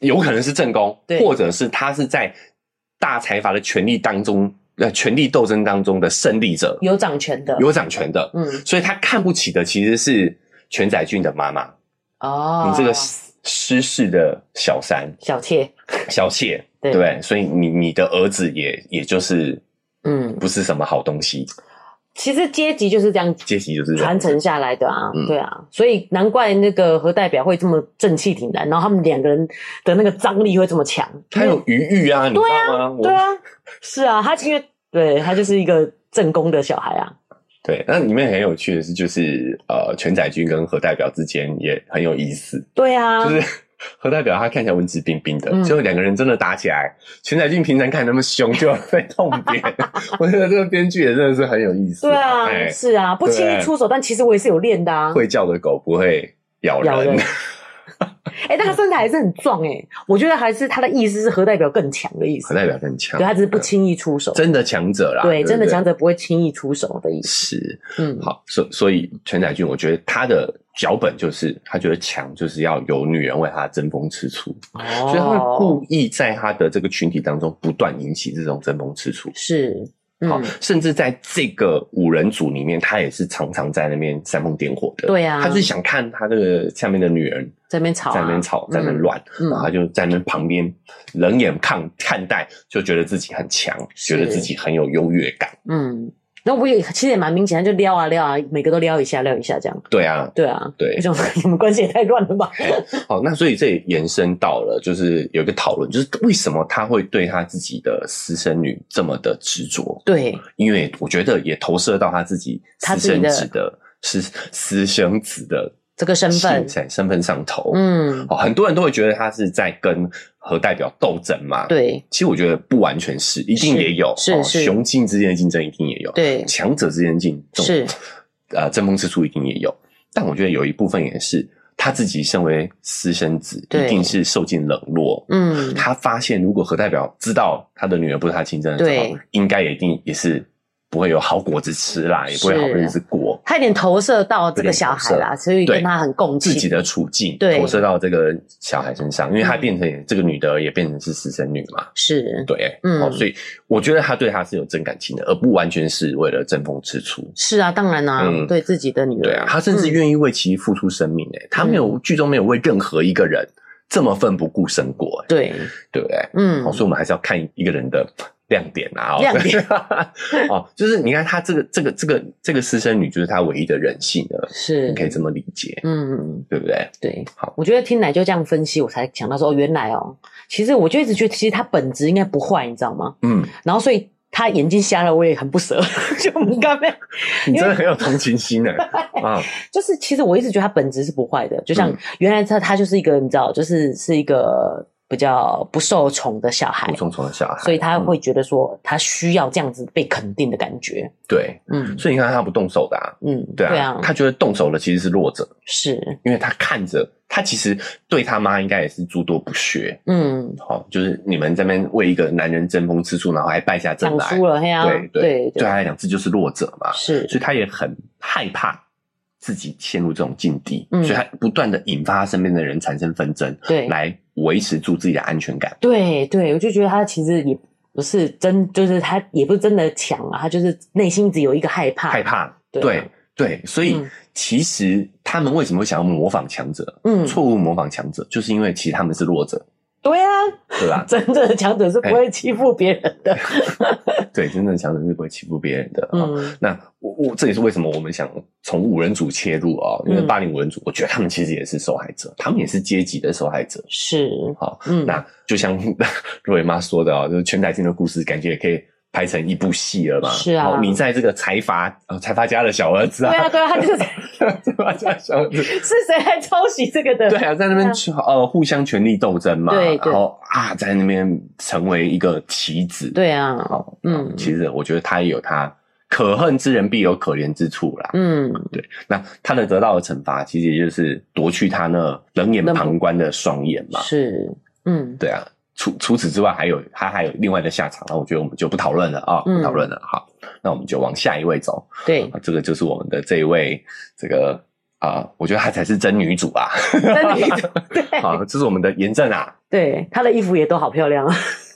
S2: 有可能是正宫，
S1: 对
S2: 或者是她是在大财阀的权力当中，呃，权力斗争当中的胜利者，
S1: 有掌权的，
S2: 有掌权的，
S1: 嗯，
S2: 所以他看不起的其实是全宰俊的妈妈，
S1: 哦，
S2: 你这个失失势的小三
S1: 小妾，
S2: 小妾，
S1: 对
S2: 对不对？所以你你的儿子也也就是
S1: 嗯，
S2: 不是什么好东西，
S1: 其实阶级就是这样
S2: 阶级就是这样
S1: 传承下来的啊，
S2: 嗯
S1: 对啊，所以难怪那个何代表会这么正气凛然，然后他们两个人的那个张力会这么强。
S2: 他有余欲啊，你知道吗？我
S1: 对啊，是啊，他因为对他就是一个正宫的小孩啊，
S2: 对，那里面很有趣的是，就是呃，全宰君跟何代表之间也很有意思，
S1: 对啊，
S2: 就是何代表他看起来文质彬彬的
S1: 嗯，
S2: 结果两个人真的打起来，全宰君平常看那么凶，就被痛 扁。我觉得这个编剧也真的是很有意思，
S1: 对啊，
S2: 哎，
S1: 是啊，不轻易出手，但其实我也是有练的啊。
S2: 会叫的狗不会咬
S1: 咬人
S2: 人，
S1: 哎、但他身材还是很壮哎、我觉得还是他的意思是何代表更强的意
S2: 何
S1: 思，
S2: 代表更强
S1: 对，他只是不轻易出手，
S2: 真的强者啦，
S1: 对，
S2: 不
S1: 真的强者不会轻易出手的意思。
S2: 是。
S1: 嗯，
S2: 好，所所以全宰俊，我觉得他的脚本就是他觉得强就是要有女人为他争风吃醋，
S1: 哦
S2: 所以他会故意在他的这个群体当中不断引起这种争风吃醋。
S1: 是，
S2: 好，
S1: 嗯，
S2: 甚至在这个五人组里面，他也是常常在那边煽风点火的。、
S1: 对啊，
S2: 他是想看他这个下面的女人
S1: 在那边吵、啊，
S2: 在那边吵，在那边
S1: 嗯
S2: 乱，
S1: 嗯
S2: 然后他就在那边旁边冷眼看看待，就觉得自己很强，
S1: 是
S2: 觉得自己很有优越感。
S1: 嗯，那我也其实也蛮明显，他就撩啊撩啊，每个都撩一下撩一下这样。
S2: 对啊，
S1: 对啊，
S2: 对
S1: 我，想说你们关系也太乱了 吧？
S2: 好，那所以这也延伸到了，就是有一个讨论，就是为什么他会对他自己的私生女这么的执着？
S1: 对，
S2: 因为我觉得也投射到他自己
S1: 他
S2: 私
S1: 自己
S2: 生
S1: 的
S2: 子的私私生子的
S1: 这个身份
S2: 性在身份上头。
S1: 嗯，
S2: 好，很多人都会觉得他是在跟何代表斗争嘛。，
S1: 对
S2: 其实我觉得不完全是，一定
S1: 是
S2: 也有，
S1: 是
S2: 哦
S1: 是
S2: 雄竞之间的竞争一定也有，
S1: 对
S2: 强者之间竞争
S1: 是，
S2: 呃争风吃醋一定也有，但我觉得有一部分也是他自己身为私生子，
S1: 对
S2: 一定是受尽冷落。
S1: 嗯，
S2: 他发现，如果何代表知道他的女儿不是他亲生的时候
S1: 对，
S2: 应该也一定也是不会有好果子吃啦，也不会好日子过。
S1: 他有点投射到这个小孩啦，所以跟他很共
S2: 自
S1: 情。
S2: 己的处境
S1: 对
S2: 投射到这个小孩身上，因为他
S1: 嗯
S2: 变成、这个女的也变成是私生女嘛，
S1: 是
S2: 对，
S1: 嗯
S2: 哦，所以我觉得他对他是有真感情的，而不完全是为了争风吃醋。
S1: 是啊，当然啦、
S2: 嗯
S1: 对自己的女儿，
S2: 对啊，他甚至
S1: 嗯
S2: 愿意为其付出生命、欸，他没有剧中没有为任何一个人这么奋不顾身过、欸，
S1: 对，
S2: 对不对？
S1: 嗯
S2: 好，，所以我们还是要看一个人的亮点啊、哦，
S1: 亮点
S2: 哦，就是你看他这个这个这个这个私生女，就是他唯一的人性了，
S1: 是
S2: 你可以这么理解，
S1: 嗯，
S2: 对不对？
S1: 对，
S2: 好
S1: 我觉得听奶就这样分析，我才想到说，哦，原来哦，其实我就一直觉得，其实他本质应该不坏，你知道吗？
S2: 嗯，
S1: 然后所以他眼睛瞎了，我也很不舍， 就很干咩。
S2: 你真的很有同情心 呢、啊，
S1: 就是其实我一直觉得他本质是不坏的，就像
S2: 嗯
S1: 原来他他就是一个你知道，就是是一个比较不受宠的小孩
S2: 无，从从的小孩，
S1: 所以他
S2: 嗯
S1: 会觉得说他需要这样子被肯定的感觉。
S2: 对，
S1: 嗯
S2: 所以你看他不动手的啊，
S1: 嗯，
S2: 对啊，他觉得动手的其实是弱者，
S1: 是
S2: 因为他看着他其实对他妈应该也是诸多不屑。
S1: 嗯，
S2: 好、就是你们这边为一个男人争风吃醋，然后还败下阵
S1: 讲
S2: 来，
S1: 输了，嘿啊，
S2: 对
S1: 对
S2: 对他来讲这就是弱者嘛，
S1: 是
S2: 所以他也很害怕自己陷入这种境地，
S1: 嗯
S2: 所以他不断的引发身边的人产生纷争，
S1: 对
S2: 来维持住自己的安全感。
S1: 对对，我就觉得他其实也不是真，就是他也不是真的强啊，他就是内心只有一个害怕，
S2: 害，怕，
S1: 对
S2: 对
S1: 啊
S2: 对所以
S1: 嗯
S2: 其实他们为什么会想要模仿强者？
S1: 嗯，
S2: 错误模仿强者，就是因为其实他们是弱者，
S1: 对啊，？
S2: 对吧
S1: 真正的强者是不
S2: 哎
S1: 会欺负别人的，
S2: 对，真正的强者是不会欺负别人的。哦
S1: 嗯
S2: 那我我这也是为什么我们想从五人组切入哦，因为
S1: 嗯
S2: 霸凌五人组，我觉得他们其实也是受害者，他们也是阶级的受害者。
S1: 是，
S2: 好，
S1: 嗯
S2: 那就像 若伟妈说的哦，就是全台性的故事，感觉也可以拍成一部戏了嘛。
S1: 是啊
S2: 哦你在这个财阀呃财阀家的小儿子
S1: 对啊
S2: 啊，
S1: 对啊，他就是。
S2: 财阀家的小儿子
S1: 是谁来抄袭这个的？
S2: 对啊，在那边去呃互相权力斗争嘛，
S1: 对对
S2: 然后啊在那边成为一个棋子，
S1: 对啊，
S2: 好，嗯
S1: 嗯，
S2: 其实我觉得他也有他可恨之人必有可怜之处啦。
S1: 嗯，
S2: 那他的得到的惩罚，其实也就是夺去他那冷眼旁观的双眼嘛。
S1: 是，嗯
S2: 对啊，除除此之外，还有他还有另外的下场，那我觉得我们就不讨论了啊，
S1: 嗯
S2: 不讨论了。好，那我们就往下一位走。
S1: 对，
S2: 啊这个就是我们的这一位，这个啊、我觉得她才是真女主 啊。
S1: 真女主
S2: 好，这是我们的严正啊。
S1: 对，她的衣服也都好漂亮啊，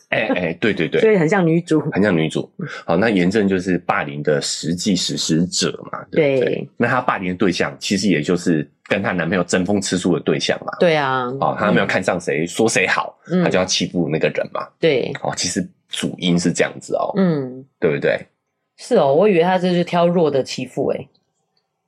S2: 哎哎，对对对，
S1: 所以很像女主，
S2: 很像女主。好，那严正就是霸凌的实际实施者嘛，对不对？
S1: 对
S2: 那她霸凌的对象其实也就是跟她男朋友争风吃醋的对象嘛。
S1: 对啊，
S2: 哦，她没有看上谁，说谁好，
S1: 嗯
S2: 她就要欺负那个人嘛。
S1: 对，
S2: 哦，其实主因是这样子哦，
S1: 嗯，
S2: 对不对？
S1: 是哦，我以为她这是挑弱的欺负，哎，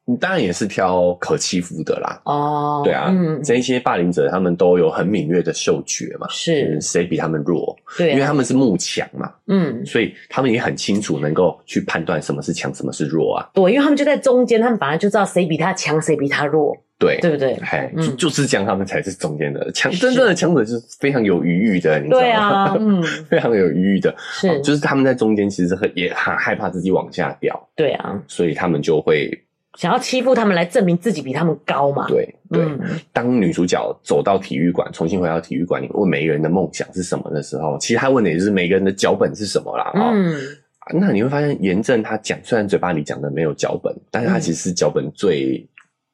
S2: 你当然也是挑可欺负的啦。
S1: 哦，
S2: 对啊，
S1: 嗯，，
S2: 这一些霸凌者他们都有很敏锐的嗅觉嘛，就是谁比他们弱，
S1: 对
S2: 因为他
S1: 啊，
S2: 们是慕强嘛，
S1: 嗯，
S2: 所以他们也很清楚能够去判断什么是强，什么是弱啊。
S1: 对，因为他们就在中间，他们反而就知道谁比他强，谁比他弱，
S2: 对，
S1: 对不对？
S2: 哎，就
S1: 嗯
S2: 就是这样，他们才是中间的强，
S1: 是
S2: 真正的强者就是非常有余裕的，你知道吗？
S1: 对啊，嗯，
S2: 非常有余裕的，
S1: 是，
S2: 哦就是他们在中间其实很也很害怕自己往下掉，
S1: 对啊，
S2: 所以他们就会
S1: 想要欺负他们来证明自己比他们高嘛，
S2: 对对。
S1: 嗯
S2: 当女主角走到体育馆，重新回到体育馆，你问每一个人的梦想是什么的时候，其实她问的也是每个人的脚本是什么啦。哦，
S1: 嗯，
S2: 那你会发现严正他讲，虽然嘴巴里讲的没有脚本，但是他
S1: 嗯
S2: 其实是脚本最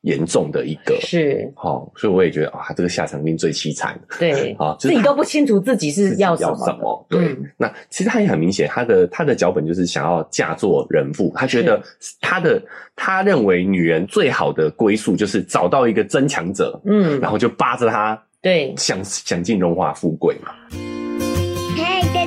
S2: 严重的一个。
S1: 是
S2: 好、所以我也觉得啊，这个下场一定最凄惨。
S1: 对，
S2: 好，哦
S1: 自
S2: 就是
S1: 己
S2: 他
S1: 都不清楚自己
S2: 自
S1: 是
S2: 己
S1: 要
S2: 要
S1: 什么
S2: 什
S1: 的，
S2: 么。对，
S1: 嗯
S2: 那其实他也很明显，他的他的脚本就是想要嫁作人妇，他觉得他的他认为女人最好的归宿就是找到一个争强者，
S1: 嗯，
S2: 然后就扒着他
S1: 对，
S2: 享享尽荣华富贵嘛。
S3: 嗨，大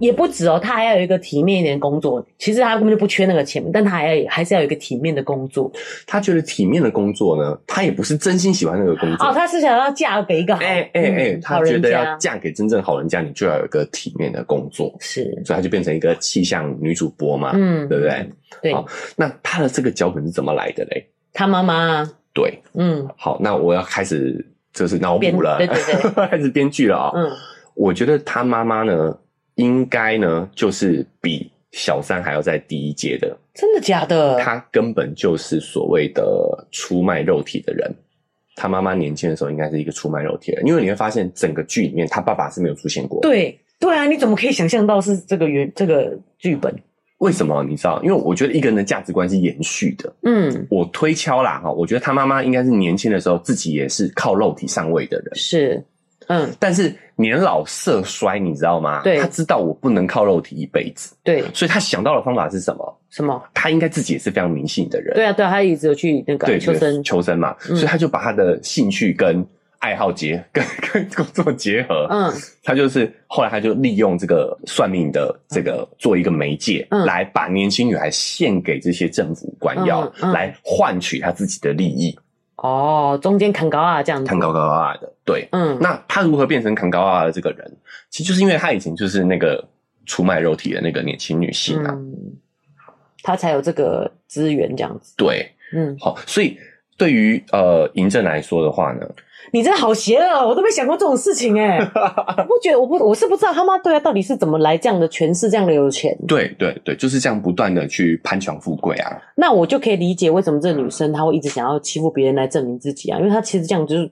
S1: 也不止哦，他还要有一个体面一点的工作。其实他根本就不缺那个钱，但他还要还是要有一个体面的工作。
S2: 他觉得体面的工作呢，他也不是真心喜欢那个工作。
S1: 哦，他是想要嫁给一个好
S2: 哎哎哎，
S1: 嗯好
S2: 他觉
S1: 人
S2: 得
S1: 家
S2: 要嫁给真正好人家，你就要有一个体面的工作，
S1: 是，
S2: 所以他就变成一个气象女主播嘛，
S1: 嗯，
S2: 啊对不对？？
S1: 对
S2: 好，那他的这个脚本是怎么来的嘞？
S1: 他妈妈，
S2: 对，
S1: 嗯
S2: 好，那我要开始就是脑补了，
S1: 编对对
S2: 开始编剧了啊、
S1: 嗯，
S2: 我觉得他妈妈呢，应该呢就是比小三还要在第一阶的，
S1: 真的假的？
S2: 她根本就是所谓的出卖肉体的人。她妈妈年轻的时候应该是一个出卖肉体的人，因为你会发现整个剧里面她爸爸是没有出现过。，
S1: 对对啊，你怎么可以想象到是这个原这个剧本？
S2: 为什么？你知道？因为我觉得一个人的价值观是延续的。
S1: 嗯，
S2: 我推敲啦哈，我觉得她妈妈应该是年轻的时候自己也是靠肉体上位的人。
S1: 是，嗯，
S2: 但是年老色衰，你知道吗？
S1: 对
S2: 他知道我不能靠肉体一辈子，
S1: 对，
S2: 所以他想到的方法是什么？
S1: 什么？
S2: 他应该自己也是非常迷信的人，
S1: 对啊，对啊，他一直有去那个
S2: 对，
S1: 求生，
S2: 求生嘛，
S1: 嗯
S2: 所以他就把他的兴趣跟爱好结跟 跟工作结合，
S1: 嗯，
S2: 他就是后来他就利用这个算命的这个做一个媒介，
S1: 嗯
S2: 来把年轻女孩献给这些政府官要，
S1: 嗯嗯
S2: 来换取他自己的利益，
S1: 哦，中间砍高啊这样子
S2: 看，高高啊的，对，
S1: 嗯，
S2: 那他如何变成坎高拉的这个人？其实就是因为他以前就是那个出卖肉体的那个年轻女性啊。
S1: 嗯，他才有这个资源这样子，
S2: 对，
S1: 嗯，
S2: 好，所以对于呃嬴政来说的话呢，
S1: 你真的好邪恶哦，我都没想过这种事情 哎、我不觉得，我不我是不知道他妈对他啊到底是怎么来这样的权势，这样的有钱，
S2: 对对对，就是这样不断的去攀权富贵啊。
S1: 那我就可以理解为什么这个女生她会一直想要欺负别人来证明自己啊，因为她其实这样就是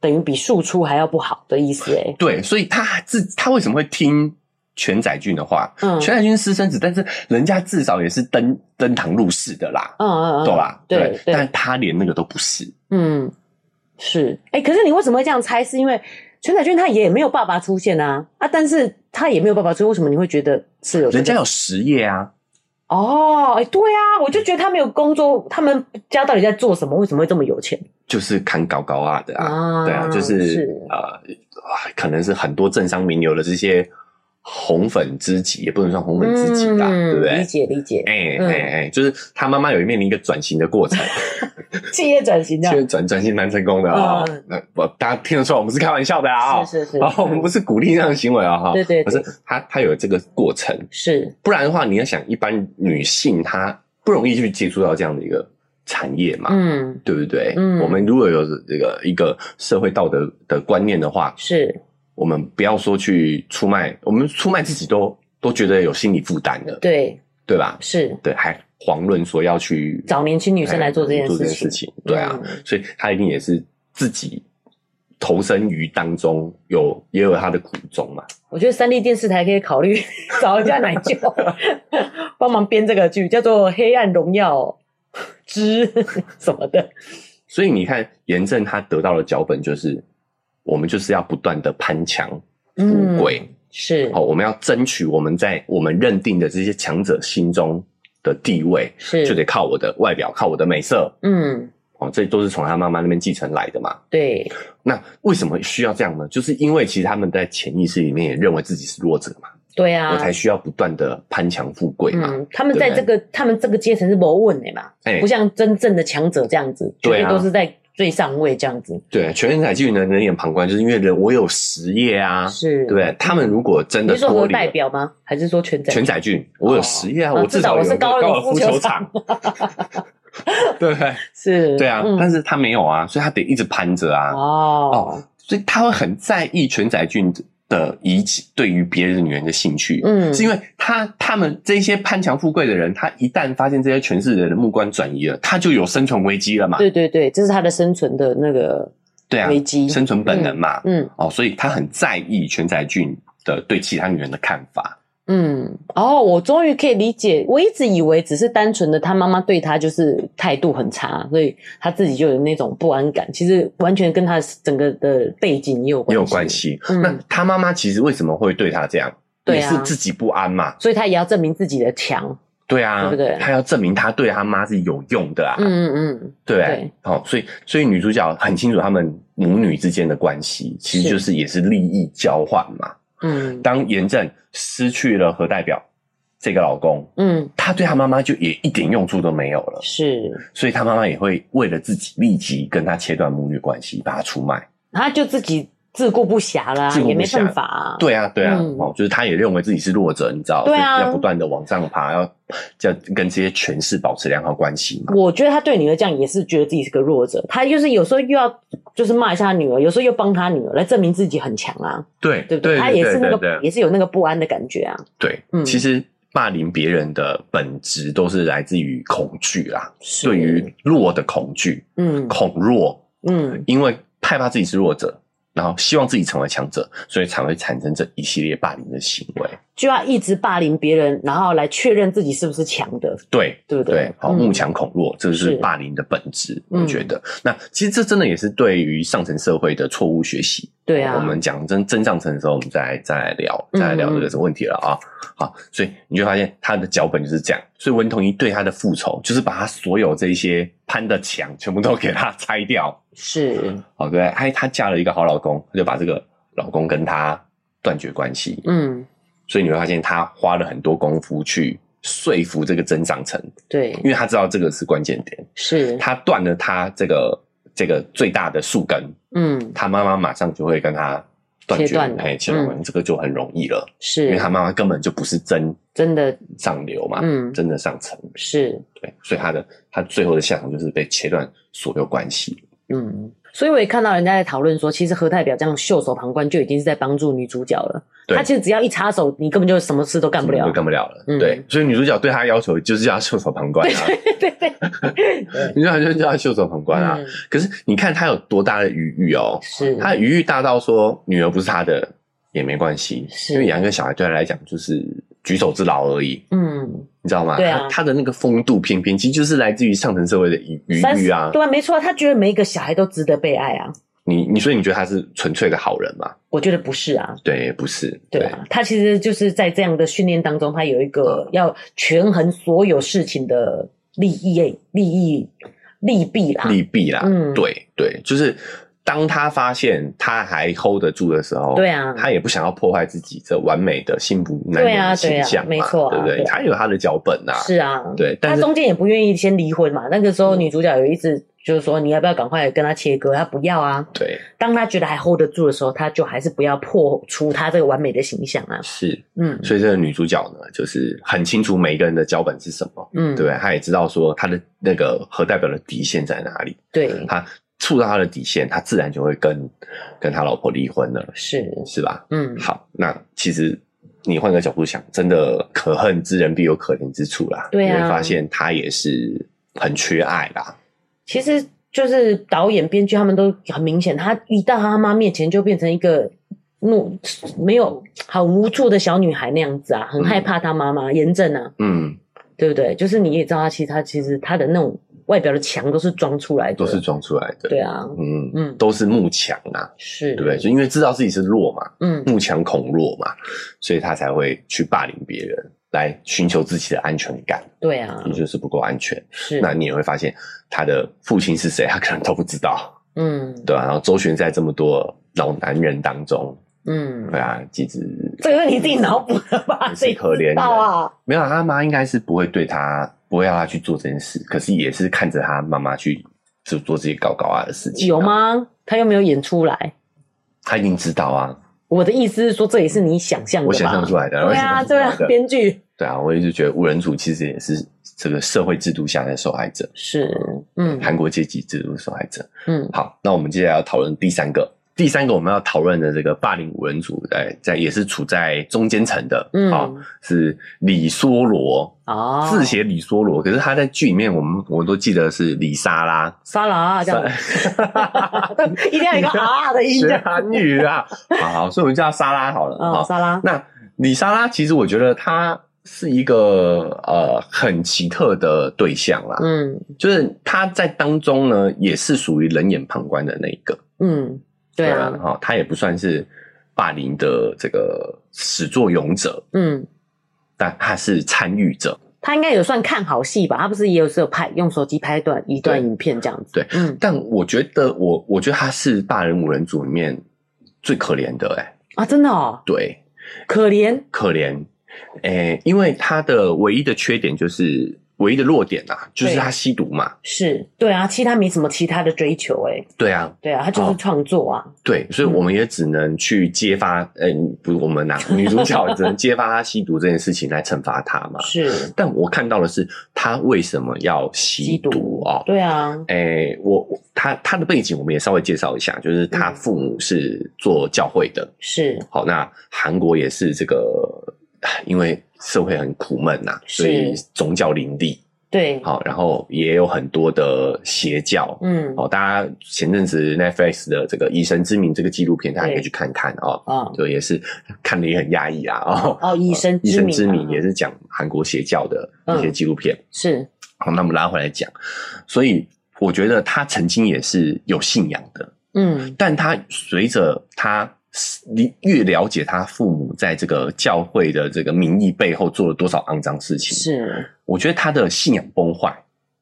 S1: 等于比庶出还要不好的意思哎、
S2: 对，所以他自他为什么会听全宰俊的话？
S1: 嗯
S2: 全宰俊是私生子，但是人家至少也是登登堂入室的啦，
S1: 嗯嗯嗯，
S2: 对吧？
S1: 对对
S2: 但他连那个都不是。
S1: 嗯，是。哎、可是你为什么会这样猜？是因为全彩娟她也没有爸爸出现啊啊，但是她也没有爸爸出现，为什么你会觉得是有这个、
S2: 人家有实业啊，
S1: 哦，哎、对啊，我就觉得他没有工作，他们家到底在做什么？为什么会这么有钱
S2: 就是看高高啊的啊。
S1: 啊
S2: 对啊，就是呃，啊可能是很多政商名流的这些红粉知己，也不能算红粉知己啦，
S1: 嗯
S2: 对不
S1: 理
S2: 对？
S1: 解理解，
S2: 哎
S1: 嗯
S2: 哎哎，就是他妈妈有面临一个转型的过 程，
S1: 企业转型的
S2: 现，在转转型蛮成功的啊
S1: 嗯。
S2: 那我大家听得出来，我们是开玩笑的啊。
S1: 是是是，
S2: 然后我们不是鼓励这样的行为啊，哈。
S1: 对对
S2: 可
S1: 对
S2: 是他他有这个过程，
S1: 是
S2: 不然的话，你要想一般女性她不容易去接触到这样的一个产业嘛，
S1: 嗯
S2: 对不对？
S1: 嗯
S2: 我们如果有这个一个社会道德的观念的话，
S1: 是
S2: 我们不要说去出卖，我们出卖自己都都觉得有心理负担的，
S1: 对
S2: 对吧？
S1: 是
S2: 对，还遑论说要去哎
S1: 找年轻女生来做这件
S2: 做
S1: 事
S2: 这件
S1: 情，
S2: 事情，对啊，
S1: 嗯
S2: 所以他一定也是自己投身于当中，有也有他的苦衷嘛。
S1: 我觉得三立电视台可以考虑 找一下奶舅帮忙编这个剧，叫做《黑暗荣耀之什么的》。
S2: 所以你看，严正他得到的脚本就是，我们就是要不断的攀强
S1: 嗯
S2: 富贵，
S1: 是
S2: 好、我们要争取我们在我们认定的这些强者心中的地位，
S1: 是，
S2: 就得靠我的外表，靠我的美色，
S1: 嗯，
S2: 哦，这都是从他妈妈那边继承来的嘛。
S1: 对，
S2: 那为什么需要这样呢？就是因为其实他们在潜意识里面也认为自己是弱者嘛，
S1: 对
S2: 我
S1: 啊，
S2: 才需要不断的攀强富贵嘛。
S1: 嗯，他们在这个他们这个阶层是谋问的嘛，
S2: 哎、
S1: 不像真正的强者这样子，绝
S2: 对
S1: 对
S2: 啊
S1: 都是在最上位这样子，
S2: 对，全员采集能冷眼旁观，就是因为人我有实业啊，
S1: 是，
S2: 对不对？他们如果真
S1: 你
S2: 的
S1: 是说何
S2: 脱离
S1: 代
S2: 了
S1: 表吗？还是说全仔？
S2: 全载俊，我有实业啊，
S1: 哦
S2: 我
S1: 至
S2: 至
S1: 少
S2: 少
S1: 我
S2: 有
S1: 是
S2: 一个
S1: 高尔
S2: 高尔
S1: 夫
S2: 夫
S1: 球
S2: 球场，对不对？
S1: 是，
S2: 对啊，
S1: 嗯
S2: 但是他没有啊，所以他得一直攀着啊。
S1: 哦
S2: 哦，所以他会很在意全宰俊的遗迹对于别人女人的兴趣，
S1: 嗯
S2: 是因为他他们这些攀强富贵的人，他一旦发现这些权势人的目光转移了，他就有生存危机了嘛，
S1: 对对对，这是他的生存的那个，
S2: 对啊，
S1: 危机
S2: 生存本能嘛，
S1: 嗯
S2: 哦，所以他很在意全宰俊的对其他女人的看法，
S1: 嗯，哦，我终于可以理解，我一直以为只是单纯的他妈妈对他就是态度很差，所以他自己就有那种不安感，其实完全跟他整个的背景也有
S2: 也
S1: 关
S2: 有关，系。
S1: 嗯
S2: 那他妈妈其实为什么会对他这样？
S1: 对
S2: 也
S1: 啊
S2: 是自己不安嘛，
S1: 所以他也要证明自己的强，
S2: 对啊，
S1: 对不对
S2: 他要证明他对他妈是有用的啊，
S1: 嗯嗯嗯，
S2: 对不
S1: 对
S2: 对？好、所以所以女主角很清楚他们母女之间的关系，其实就是也是利益交换嘛。
S1: 嗯
S2: 当严正失去了何代表这个老公，
S1: 嗯，
S2: 他对他妈妈就也一点用处都没有了，
S1: 是，
S2: 所以他妈妈也会为了自己立即跟他切断母女关系，把他出卖。
S1: 他就自己自顾不暇啦，
S2: 自顾不
S1: 也没
S2: 暇
S1: 办法、啊。
S2: 对啊，对啊，
S1: 嗯
S2: 哦，就是他也认为自己是弱者，你知道，
S1: 对啊
S2: 所以要不断的往上爬，要要跟这些权势保持良好关系嘛。
S1: 我觉得他对女儿这样也是觉得自己是个弱者，他就是有时候又要就是骂一下他女儿，有时候又帮他女儿来证明自己很强啊，
S2: 对
S1: 对不
S2: 对，
S1: 他也是那
S2: 对
S1: 个也是有那个不安的感觉啊，
S2: 对，
S1: 嗯
S2: 其实霸凌别人的本质都是来自于恐惧啦，
S1: 是
S2: 对于弱的恐惧，
S1: 嗯
S2: 恐弱，
S1: 嗯
S2: 因为害怕自己是弱者，然后希望自己成为强者，所以才会产生这一系列霸凌的行为。
S1: 就要一直霸凌别人，然后来确认自己是不是强的，
S2: 对
S1: 对不
S2: 对，好，
S1: 嗯
S2: 慕强恐弱，这就是
S1: 是
S2: 霸凌的本质。
S1: 嗯
S2: 我觉得，那其实这真的也是对于上层社会的错误学习。
S1: 对啊，
S2: 我们讲真真上层的时候，我们再再来聊，
S1: 嗯
S2: 再来聊这个问题了啊。好，所以你就发现他的脚本就是这样。所以文同一对他的复仇，就是把他所有这一些攀的墙全部都给他拆掉。
S1: 是
S2: 好，对，哎，她嫁了一个好老公，她就把这个老公跟她断绝关系，
S1: 嗯
S2: 所以你会发现她花了很多功夫去说服这个曾长成，
S1: 对
S2: 因为她知道这个是关键点，
S1: 是
S2: 她断了她这个这个最大的树根，
S1: 嗯
S2: 她妈妈马上就会跟她断
S1: 切
S2: 绝
S1: 断，了嗯
S2: 哎，切断关系，这个就很容易了，因为啊
S1: 是
S2: 她妈妈根本就不是真
S1: 真的
S2: 上流嘛，
S1: 嗯
S2: 真的上层，
S1: 是
S2: 对，所以她的她最后的下场就是被切断所有关系，
S1: 嗯。所以我也看到人家在讨论说，其实何代表这样袖手旁观就已经是在帮助女主角了。
S2: 对
S1: 他其实只要一插手，你根本就什么事都干不了
S2: 就。干不了了。
S1: 嗯
S2: 对，所以女主角对他要求就是叫他袖手旁观啊，
S1: 对对，
S2: 女主角就叫他袖手旁观啊
S1: 嗯。
S2: 可是你看他有多大的余裕哦，
S1: 是
S2: 他的余裕大到说女儿不是他的也没关系，
S1: 是
S2: 因为养一个小孩对他来讲就是举手之劳而已，
S1: 嗯，
S2: 你知道吗？
S1: 对啊
S2: 他他的那个风度翩翩，其实就是来自于上层社会的余余
S1: 三
S2: 裕啊。
S1: 对啊，没错啊，他觉得每一个小孩都值得被爱啊。
S2: 你你所以你觉得他是纯粹的好人吗？
S1: 我觉得不是啊，
S2: 对，嗯不是，
S1: 对啊，他其实就是在这样的训练当中，他有一个要权衡所有事情的利益、利益、利弊啦。
S2: 利弊啦，
S1: 嗯
S2: 对对，就是当他发现他还 hold 得住的时候，
S1: 对啊
S2: 他也不想要破坏自己这完美的幸福男
S1: 对
S2: 人
S1: 啊对啊
S2: 的形象嘛，
S1: 没错啊
S2: 对不对？
S1: 对啊
S2: 他有他的脚本呐、
S1: 是啊，
S2: 对，
S1: 他
S2: 但是嗯
S1: 中间也不愿意先离婚嘛。那个时候女主角有一次就是说，你要不要赶快跟他切割？他不要啊。
S2: 对
S1: 当他觉得还 hold 得住的时候，他就还是不要破除他这个完美的形象啊。
S2: 是，
S1: 嗯
S2: 所以这个女主角呢，就是很清楚每一个人的脚本是什么，
S1: 嗯，
S2: 对不对？她也知道说她的那个核代表的底线在哪里，
S1: 对
S2: 她触到她的底线，她自然就会跟跟她老婆离婚了，
S1: 是，
S2: 是吧？
S1: 嗯
S2: 好，那其实你换个角度想，真的可恨之人必有可怜之处啦。
S1: 对啊
S2: 你会发现他也是很缺爱啦。
S1: 其实就是导演、编剧他们都很明显，他一到他妈面前就变成一个怒、没有很无助的小女孩那样子啊，很害怕他妈妈，严正啊，
S2: 嗯，
S1: 对不对？就是你也知道他，其实他其实他的那种外表的强都是装出来的，
S2: 都是装出来的。
S1: 对啊，
S2: 嗯
S1: 嗯
S2: 嗯，都是慕强啊，
S1: 是，
S2: 对不对？就因为知道自己是弱嘛，
S1: 嗯，
S2: 慕强恐弱嘛，所以他才会去霸凌别人，来寻求自己的安全感，
S1: 对啊
S2: 也，就是不够安全。
S1: 是，
S2: 嗯那你也会发现，他的父亲是谁，他可能都不知道，
S1: 嗯
S2: 对啊吧、然后周旋在这么多老男人当中，
S1: 嗯
S2: 对，啊，其实
S1: 这个是你自己脑补的吧？
S2: 也
S1: 谁
S2: 是可怜
S1: 知
S2: 人
S1: 道啊？
S2: 没有，他妈应该是不会对他，不会要他去做这件事，可是也是看着他妈妈去就做这些搞搞啊的事情、
S1: 有？吗？他又没有演出来。
S2: 他已经知道啊，
S1: 我的意思是说，这也是你想象的吧？
S2: 我想象出来的。
S1: 对啊，对啊，
S2: 对啊，
S1: 编剧
S2: 对啊，我一直觉得五人组其实也是这个社会制度下的受害者，
S1: 是，嗯
S2: 韩国阶级制度的受害者。
S1: 嗯，
S2: 好，那我们接下来要讨论第三个。第三个我们要讨论的这个霸凌五人组，在在也是处在中间层的，
S1: 嗯
S2: 好是李梭罗，
S1: 哦，
S2: 字写李梭罗，可是他在剧里面，我们我都记得是李莎拉，
S1: 沙拉啊这样， 一定要有一个啊的音这
S2: 学
S1: 样。
S2: 韩语啊，好好，所以我们叫她莎拉好了。
S1: 哦，
S2: 好，
S1: 沙拉，
S2: 那李莎拉其实我觉得她是一个呃很奇特的对象啦，
S1: 嗯
S2: 就是她在当中呢也是属于冷眼旁观的那一个，
S1: 嗯，对啊，
S2: 哈、她哦也不算是霸凌的这个始作俑者，
S1: 嗯，
S2: 但她是参与者。
S1: 他应该有算看好戏吧？他不是也有时候拍用手机拍一段一段
S2: 对
S1: 影片这样子？
S2: 对
S1: 嗯
S2: 但我觉得我我觉得她是霸凌五人组里面最可怜的哎、
S1: 啊，真的哦，
S2: 对，
S1: 可怜，
S2: 可怜，诶、因为他的唯一的缺点就是唯一的弱点啊，就是
S1: 对
S2: 他吸毒嘛。
S1: 是对啊，其他没什么其他的追求、欸，
S2: 对啊，
S1: 对啊，他就是
S2: 哦
S1: 创作啊，
S2: 对，所以我们也只能去揭发，诶、不是我们呐、女主角只能揭发他吸毒这件事情来惩罚他嘛。
S1: 是
S2: 但我看到的是他为什么要吸
S1: 吸
S2: 毒
S1: 毒
S2: 哦。
S1: 对啊，
S2: 诶、我我他他的背景我们也稍微介绍一下，就是他
S1: 嗯
S2: 父母是做教会的，
S1: 是
S2: 好，那韩国也是这个，因为社会很苦闷呐、
S1: 是
S2: 所以宗教林立。
S1: 对，
S2: 好，然后也有很多的邪教。
S1: 嗯
S2: 好，大家前阵子 Netflix 的这个《以神之名》这个纪录片，大家可以
S1: 对
S2: 去看看哦。
S1: 啊
S2: 对，也是看的也很压抑啊。哦，
S1: 哦，以身
S2: 以
S1: 之
S2: 神
S1: 名，
S2: 之名
S1: 啊
S2: 也是讲韩国邪教的一些
S1: 嗯
S2: 纪录片。
S1: 是
S2: 好，那我们拉回来讲，所以我觉得他曾经也是有信仰的，
S1: 嗯
S2: 但他随着他你越了解他父母在这个教会的这个名义背后做了多少肮脏事情，
S1: 是
S2: 我觉得他的信仰崩坏，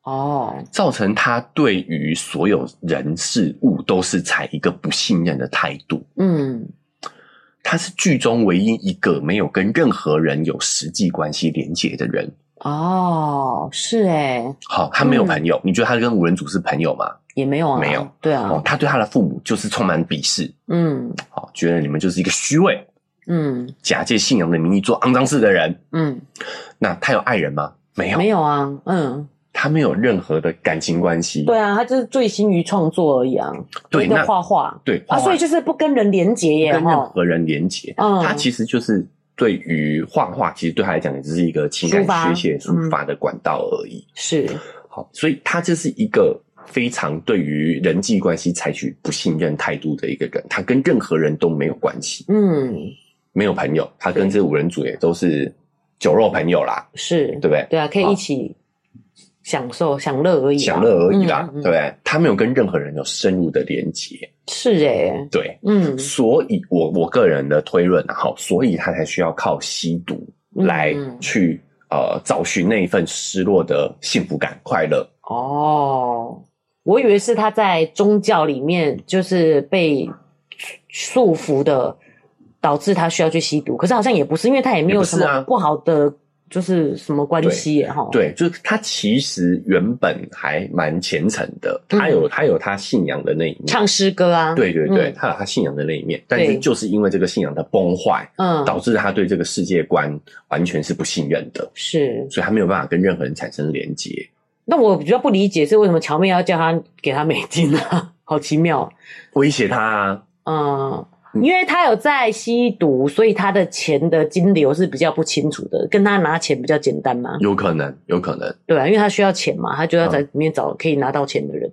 S1: 哦，
S2: 造成他对于所有人事物都是采一个不信任的态度。
S1: 嗯
S2: 他是剧中唯一一个没有跟任何人有实际关系连结的人。
S1: 哦，是哎、
S2: 好，他没有
S1: 嗯
S2: 朋友，你觉得他跟无人组是朋友吗？
S1: 也没有啊，
S2: 没有，
S1: 对
S2: 哦
S1: 啊，，
S2: 他对他的父母就是充满鄙视，
S1: 嗯
S2: 好，觉得你们就是一个虚伪、
S1: 嗯
S2: 假借信仰的名义做肮脏事的人。
S1: 嗯，
S2: 那他有爱人吗？没有，
S1: 没有啊，嗯，
S2: 他没有任何的感情关系。
S1: 对啊，他就是醉心于创作而已啊，
S2: 对
S1: 一个
S2: 那
S1: 画画
S2: 对，画
S1: 啊，
S2: 画
S1: 所以就是不跟人连结
S2: 不
S1: 耶，
S2: 跟任
S1: 哈，
S2: 何人连接。
S1: 嗯
S2: 他其实就是对于画画，其实对他来讲也只是一个情
S1: 抒发
S2: 感宣泄、抒发的管道而已。
S1: 是
S2: 好，所以他这是一个非常对于人际关系采取不信任态度的一个人，他跟任何人都没有关系，
S1: 嗯
S2: 没有朋友，他跟这五人组也都是酒肉朋友啦，
S1: 是，
S2: 对不对？
S1: 对啊，可以
S2: 好
S1: 一起享受享乐而已啊，
S2: 享乐而已啦，
S1: 嗯嗯嗯
S2: 对不对？他没有跟任何人有深入的连接，
S1: 是哎，
S2: 对，
S1: 嗯，
S2: 所以我我个人的推论啊，好，所以他才需要靠吸毒
S1: 嗯
S2: 来去、呃找寻那一份失落的幸福感、快乐。
S1: 哦，我以为是他在宗教里面就是被束缚的，导致他需要去吸毒。可是好像也不是，因为他也没
S2: 也
S1: 有
S2: 不
S1: 什
S2: 是啊
S1: 么不好的，就是什么关系耶哈。，
S2: 对，就是他其实原本还蛮虔诚的，他有、他有他信仰的那一面。
S1: 嗯唱诗歌啊，
S2: 对对对，
S1: 嗯
S2: 他有他信仰的那一面，但是
S1: 对
S2: 就是因为这个信仰的崩坏，
S1: 嗯，
S2: 导致他对这个世界观完全是不信任的，
S1: 是。
S2: 所以他没有办法跟任何人产生连接。
S1: 那我比较不理解是为什么乔妹要叫他给他美金啊，好奇妙。
S2: 威胁他、啊，
S1: 嗯，因为他有在吸毒，所以他的钱的金流是比较不清楚的，跟他拿钱比较简单嘛。
S2: 有可能，有可能，
S1: 对啊，因为他需要钱嘛，他就
S2: 嗯
S1: 要在里面找可以拿到钱的人，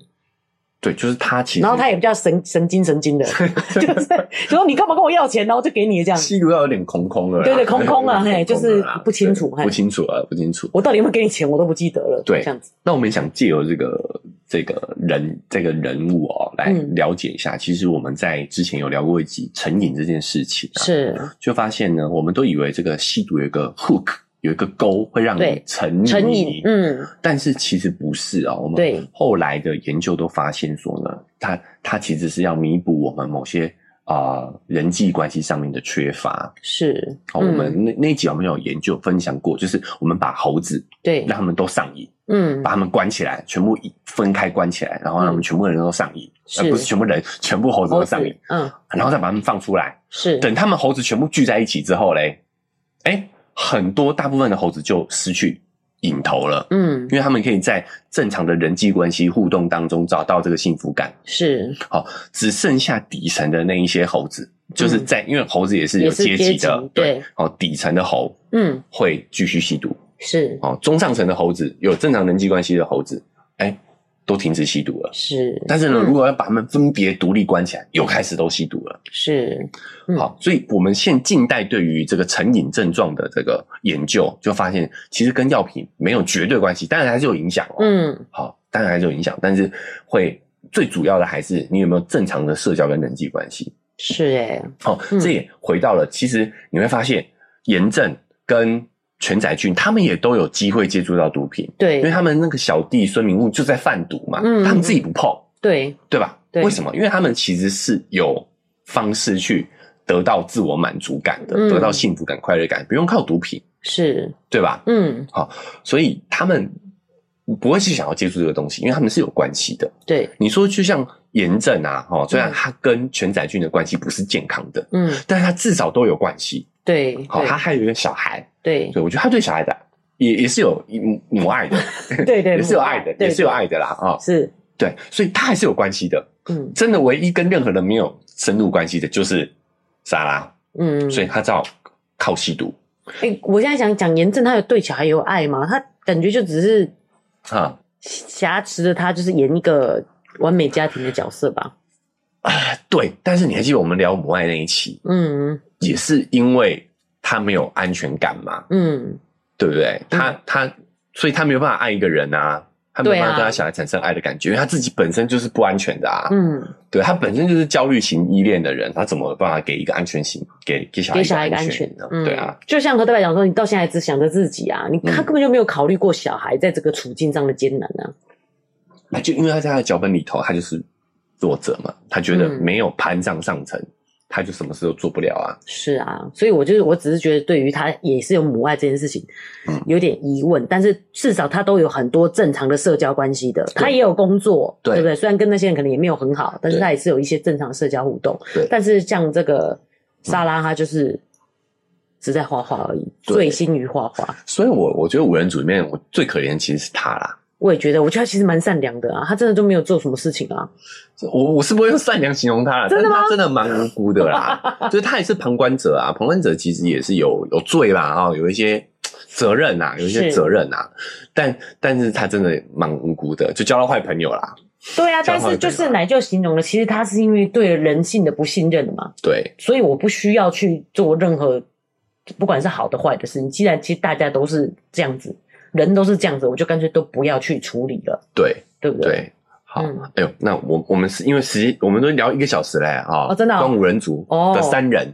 S2: 对，就是他其实，
S1: 然后他也比较神神经神 经的，就是说你干嘛跟我要钱，然后就给你这样，
S2: 吸毒要有点空空了啦，
S1: 对对空空 啊嘿就是不清楚
S2: 对
S1: 嘿
S2: 不清楚啊，不清楚。
S1: 我到底有没有给你钱，我都不记得了，
S2: 对
S1: 这样子，
S2: 那我们也想借由这个这个人这个人物哦，来
S1: 嗯
S2: 了解一下。其实我们在之前有聊过一集成瘾这件事情、啊，
S1: 是
S2: 就发现呢，我们都以为这个吸毒有一个 hook，有一个钩会让你
S1: 对
S2: 成瘾，
S1: 成瘾，嗯，
S2: 但是其实不是啊、我
S1: 对
S2: 们后来的研究都发现说呢，它它其实是要弥补我们某些啊、呃人际关系上面的缺乏。
S1: 是，嗯
S2: 好，我们那那一集我们有研究分享过，就是我们把猴子
S1: 对，
S2: 让他们都上瘾，
S1: 嗯
S2: 把，他们关起来，全部一分开关起来，然后让他们
S1: 嗯
S2: 全部人都上瘾，
S1: 是
S2: 而不是全部人全部猴子都上瘾，
S1: 嗯，
S2: 然后再把他们放出来。
S1: 是，
S2: 等他们猴子全部聚在一起之后嘞，哎，很多大部分的猴子就失去瘾头了。
S1: 嗯，
S2: 因为他们可以在正常的人际关系互动当中找到这个幸福感。
S1: 是，
S2: 好，只剩下底层的那一些猴子，就是在、因为猴子也是有
S1: 嗯也是
S2: 阶级
S1: 阶
S2: 的，
S1: 级对
S2: 哦，底层的猴
S1: 嗯，
S2: 会继续吸毒，
S1: 是，
S2: 哦，中上层的猴子有正常人际关系的猴子，哎，都停止吸毒了。
S1: 是，
S2: 但是呢，
S1: 嗯
S2: 如果要把他们分别独立关起来，又开始都吸毒了。
S1: 是，嗯
S2: 好，所以我们现近代对于这个成瘾症状的这个研究，就发现其实跟药品没有绝对关系，当然还是有影响哦。
S1: 嗯，
S2: 好，当然还是有影响，但是会最主要的还是你有没有正常的社交跟人际关系。
S1: 是，哎，
S2: 好、
S1: 嗯
S2: 这也回到了，其实你会发现，炎症跟全宅菌他们也都有机会接触到毒品，因为
S1: 对，
S2: 他们那个小弟孙明悟就在贩毒嘛，
S1: 嗯
S2: 他们自己不碰，
S1: 对，
S2: 对吧？
S1: 对
S2: 为什么？因为他们其实是有方式去得到自我满足感的，
S1: 嗯
S2: 得到幸福感、快乐感，不用靠毒品，
S1: 是，
S2: 对吧？
S1: 嗯，
S2: 所以他们不会去想要接触这个东西，因为他们是有关系的。
S1: 对，
S2: 你说就像炎症啊，哦，虽然
S1: 嗯
S2: 它跟全载菌的关系不是健康的，
S1: 嗯，
S2: 但它至少都有关系。
S1: 对，
S2: 好、他还有一个小孩，
S1: 对，
S2: 对我觉得他对小孩的也也是有母母爱的，
S1: 对对 对，
S2: 也是有爱的，
S1: 对
S2: 也是有，
S1: 对
S2: 爱的啦啊、哦
S1: 是，
S2: 对，所以他还是有关系的。
S1: 嗯
S2: 真的，唯一跟任何人没有深入关系的就是莎拉，
S1: 嗯，
S2: 所以他只好靠吸毒
S1: 哎、我现在想讲严正，他有对小孩有爱吗？他感觉就只是
S2: 啊。
S1: 挟持着他，就是演一个完美家庭的角色吧。
S2: 啊，对，但是你还记得我们聊母爱那一期，
S1: 嗯
S2: 也是因为他没有安全感嘛，
S1: 嗯，
S2: 对不对？他他，所以他没有办法爱一个人啊，他没有办
S1: 对啊
S2: 法对他小孩产生爱的感觉，因为他自己本身就是不安全的啊，
S1: 嗯，
S2: 对他本身就是焦虑型依恋的人，他怎么有办法给一个安全型给给小孩
S1: 给小孩一
S2: 一
S1: 个
S2: 个
S1: 安
S2: 安
S1: 全
S2: 全呢？
S1: 嗯，
S2: 对啊，，
S1: 就像何大白讲说，你到现在只想着自己啊，你他
S2: 嗯
S1: 根本就没有考虑过小孩在这个处境上的艰难啊。
S2: 那就因为他在他的脚本里头，他就是弱者嘛，他觉得
S1: 嗯
S2: 没有攀上上层，他就什么事都做不了啊。
S1: 是啊，所以我就是，我只是觉得对于他也是有母爱这件事情
S2: 嗯
S1: 有点疑问，但是至少他都有很多正常的社交关系的，他也有工作，
S2: 对
S1: 不对？虽然跟那些人可能也没有很好，但是
S2: 对
S1: 他也是有一些正常的社交互动
S2: 对。嗯
S1: 但是像这个莎拉，她就是只在画画而已，
S2: 对
S1: 醉心于画画。
S2: 所以我我觉得五人组里面，我最可怜其实是他啦。
S1: 我也觉得，我觉得她其实蛮善良的啊，她真的都没有做什么事情啊。
S2: 我我是不会用善良形容他啦，
S1: 真的
S2: 但
S1: 吗
S2: 是他真的蛮无辜的 啦，就是他也是旁观者啊，旁观者其实也是有有罪啦啊、有一些责任啊，有一些
S1: 是
S2: 责任啊，但但是他真的蛮无辜的，就交到坏朋友啦，
S1: 对啊，
S2: 讲
S1: 但
S2: 话
S1: 是
S2: 就
S1: 就是
S2: 对了
S1: 奶就形容了，其实她是因为对人性的不信任嘛。
S2: 对
S1: 所以我不需要去做任何，不管是好的坏的事情。既然其实大家都是这样子，人都是这样子，我就干脆都不要去处理了，
S2: 对
S1: 对不对？
S2: 对。好，
S1: 嗯
S2: 哎呦，那我我们是因为时间，我们都聊一个小时嘞啊、
S1: 哦真的哦
S2: 光五人组
S1: 哦
S2: 的三人，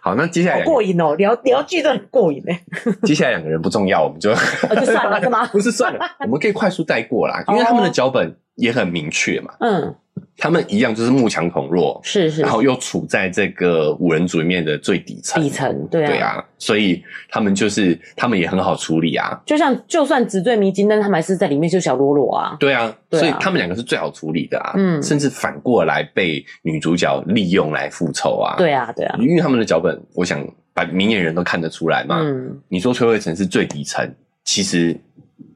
S2: 好，那接下来
S1: 好
S2: 两个
S1: 过瘾哦，聊聊剧都很过瘾哎、
S2: 接下来两个人不重要，我们就、？
S1: 哦就算了，干嘛
S2: 不是算了，我们可以快速带过啦，因为他们的脚本也很明确嘛，
S1: 嗯，
S2: 他们一样就是慕强恐弱，
S1: 是是
S2: 然，后又处在这个五人组里面的最底层，
S1: 底层对啊，
S2: 对啊，所以他们就是他们也很好处理啊，
S1: 就像就算纸醉迷金，但他们还是在里面就小裸裸啊。
S2: 对啊，
S1: 对啊
S2: 所以他们两个是最好处理的啊，
S1: 嗯
S2: 甚至反过来被女主角利用来复仇啊，
S1: 对啊，对啊，
S2: 因为他们的脚本，我想把明眼人都看得出来嘛。
S1: 嗯，
S2: 你说崔慧成是最底层，其实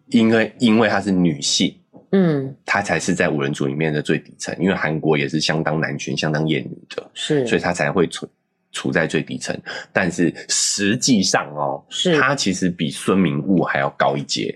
S2: 因为因为她是女性。
S1: 嗯，
S2: 她才是在五人组里面的最底层，因为韩国也是相当男权、相当厌女的。
S1: 是，
S2: 所以他才会处处在最底层。但是实际上哦，
S1: 是
S2: 他其实比孙明悟还要高一阶，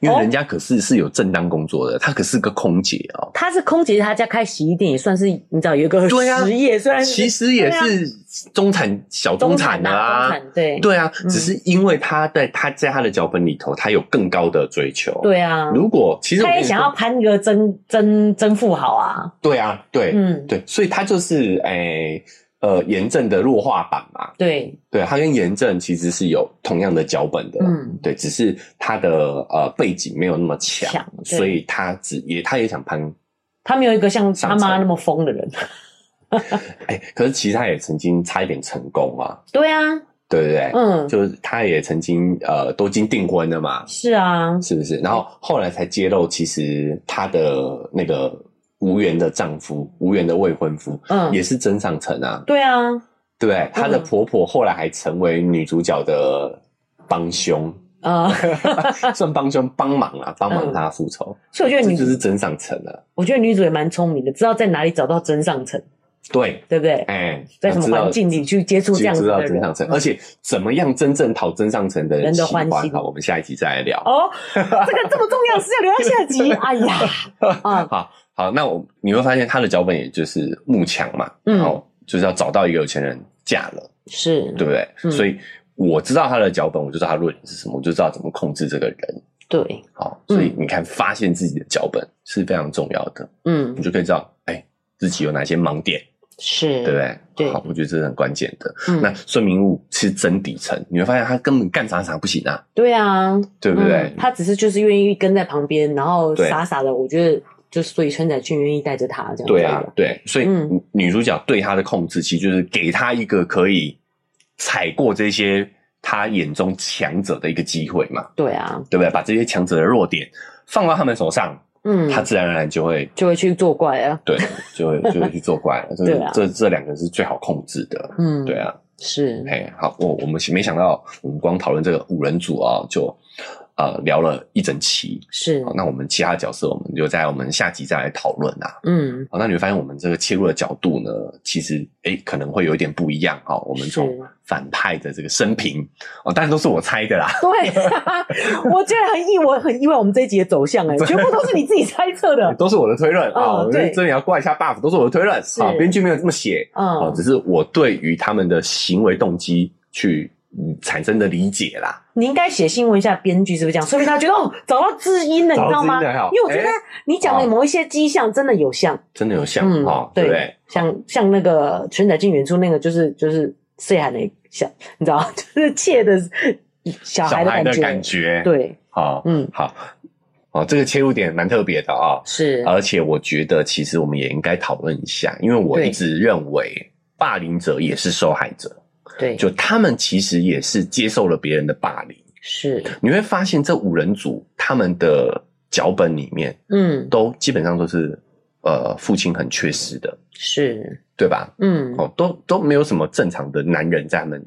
S2: 因为
S1: 哦
S2: 人家可是是有正当工作的，他可是个空姐哦。
S1: 她是空姐，她家开洗衣店也算是你知道有一个
S2: 对啊
S1: 职业，虽然
S2: 其实也是中产小中产的
S1: 啊，中
S2: 啊，
S1: 产对
S2: 对啊，
S1: 嗯
S2: 只是因为他在他在他的脚本里头，他有更高的追求。、
S1: 对啊，
S2: 如果其实我
S1: 他
S2: 跟
S1: 也
S2: 你
S1: 想要
S2: 说，
S1: 攀一个真真真富豪啊，
S2: 对啊，对、
S1: 嗯，
S2: 对，所以他就是诶呃炎症的弱化版嘛，
S1: 对，
S2: 对，啊他跟炎症其实是有同样的脚本的，
S1: 嗯
S2: 对，只是他的呃背景没有那么强，
S1: 强对
S2: 所以他只也他也想攀，
S1: 他没有一个像他
S2: 上层
S1: 妈那么疯的人，
S2: 哎、可是其实他也曾经差一点成功嘛，
S1: 对啊，
S2: 对不对？
S1: 嗯，
S2: 就是他也曾经呃都已经订婚了嘛，
S1: 是啊，
S2: 是不是？然后后来才揭露，其实她的那个无缘的丈夫、无缘的未婚夫、
S1: 嗯
S2: 也，是曾尚成啊，
S1: 对啊，
S2: 对不对？她的
S1: 嗯
S2: 婆婆后来还成为女主角的 帮凶。
S1: 呃，
S2: 算帮凶帮忙啊，帮忙他复仇，
S1: 所以我觉得
S2: 这就是
S1: 女，
S2: 真上层了。
S1: 我觉得女主也蛮聪明的，知道在哪里找到真上层，
S2: 对，
S1: 对不对？
S2: 哎、
S1: 在什么
S2: 他知道
S1: 环境里去接触这样子
S2: 知道
S1: 的
S2: 真
S1: 人
S2: 上，层，而且怎么样真正讨真上层的
S1: 人
S2: 人
S1: 的
S2: 喜
S1: 欢
S2: 欢
S1: 心
S2: 好，我们下一集再来聊。
S1: 哦，这个这么重要的事要留到下 集，哎呀，啊，
S2: 好好，那我你会发现他的脚本也就是慕强嘛，
S1: 嗯
S2: 然后就是要找到一个有钱人嫁了，
S1: 是，
S2: 对不对？
S1: 嗯
S2: 所以我知道他的脚本，我就知道他论点是什么，我就知道怎么控制这个人。
S1: 对，
S2: 好，所以你看，发现自己的脚本是非常重要的，
S1: 嗯
S2: 你，就可以知道，哎、自己有哪些盲点。
S1: 是，
S2: 对不对？
S1: 嗯对
S2: 好，我觉得这是很关键的。
S1: 嗯
S2: 那孙明悟是真底层，你会发现他根本干啥啥不行啊，
S1: 对啊，
S2: 对不对
S1: 嗯？他只是就是愿意跟在旁边，然后
S2: 对
S1: 傻傻的，我觉得就所以川仔俊愿意带着他这样而
S2: 对
S1: 已
S2: 啊，对，所以
S1: 嗯
S2: 女女主角对他的控制，其实就是给他一个可以踩过这些他眼中强者的一个机会嘛，
S1: 对啊，
S2: 对不对？把这些强者的弱点放到他们手上，
S1: 嗯，
S2: 他自然而然就会
S1: 就会去作怪啊，
S2: 对，就会就会去做怪了。这
S1: 对啊
S2: 这这两个是最好控制的，
S1: 嗯，
S2: 对，啊。
S1: 是，
S2: 哎，好，我我们没想到，我们光讨论这个五人组啊、就呃聊了一整期。
S1: 是
S2: 好，，那我们其他角色，我们就在我们下集再来讨论啊。
S1: 嗯，
S2: 好，那你会发现我们这个切入的角度呢，其实诶可能会有一点不一样哈、哦。我们从
S1: 是
S2: 反派的这个生平哦，当然都是我猜的啦。
S1: 对 啊，我觉得很意外，很意外我们这一集的走向哎、全部都是你自己猜测的，
S2: 都是我的推论啊、
S1: 哦嗯
S2: 我
S1: 对
S2: 这里要挂一下 buff，都是我的推论
S1: 是
S2: 啊。编剧没有这么写啊、哦
S1: 嗯，
S2: 只是我对于他们的行为动机去、嗯、产生的理解啦。
S1: 你应该写新闻一下编剧是不是这样，说不定他觉得哦找到知音了，你
S2: 找到
S1: 知道吗？
S2: 知音了还好
S1: 因为我觉得
S2: 哎
S1: 你讲的某一些迹象真的有像，
S2: 真的有像
S1: 嗯，
S2: 哦，对不对？
S1: 像像那个全仔进原著那个就是就是岁寒的像，你知道， 就是妾的小
S2: 小
S1: 孩的
S2: 孩
S1: 感
S2: 的
S1: 觉，
S2: 感觉，，
S1: 对，
S2: 好，
S1: 嗯，
S2: 好，哦，这个切入点蛮特别的啊、
S1: 是，
S2: 而且我觉得其实我们也应该讨论一下，因为我
S1: 对
S2: 一直认为霸凌者也是受害者，
S1: 对，
S2: 就他们其实也是接受了别人的霸凌。
S1: 是，
S2: 你会发现这五人组他们的脚本里面
S1: 嗯，
S2: 都基本上都是呃父亲很缺失的，
S1: 是，
S2: 对吧？
S1: 嗯，
S2: 哦，都都没有什么正常的男人在他们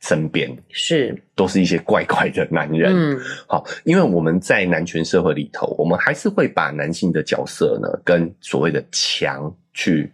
S2: 身边，
S1: 是，
S2: 都是一些怪怪的男人。
S1: 嗯，
S2: 好，因为我们在男权社会里头，我们还是会把男性的角色呢跟所谓的强去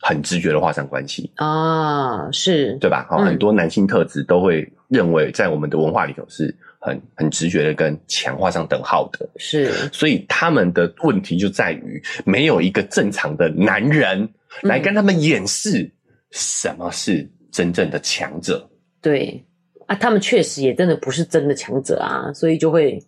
S2: 很直觉的画上关系，
S1: 啊，是，
S2: 对吧？好，
S1: 嗯
S2: 很多男性特质都会认为在我们的文化里头是很很直觉的跟强画上等号的，
S1: 是，
S2: 所以他们的问题就在于没有一个正常的男人
S1: 嗯
S2: 来跟他们演示什么是真正的强者。
S1: 对啊，他们确实也真的不是真的强者啊，所以就会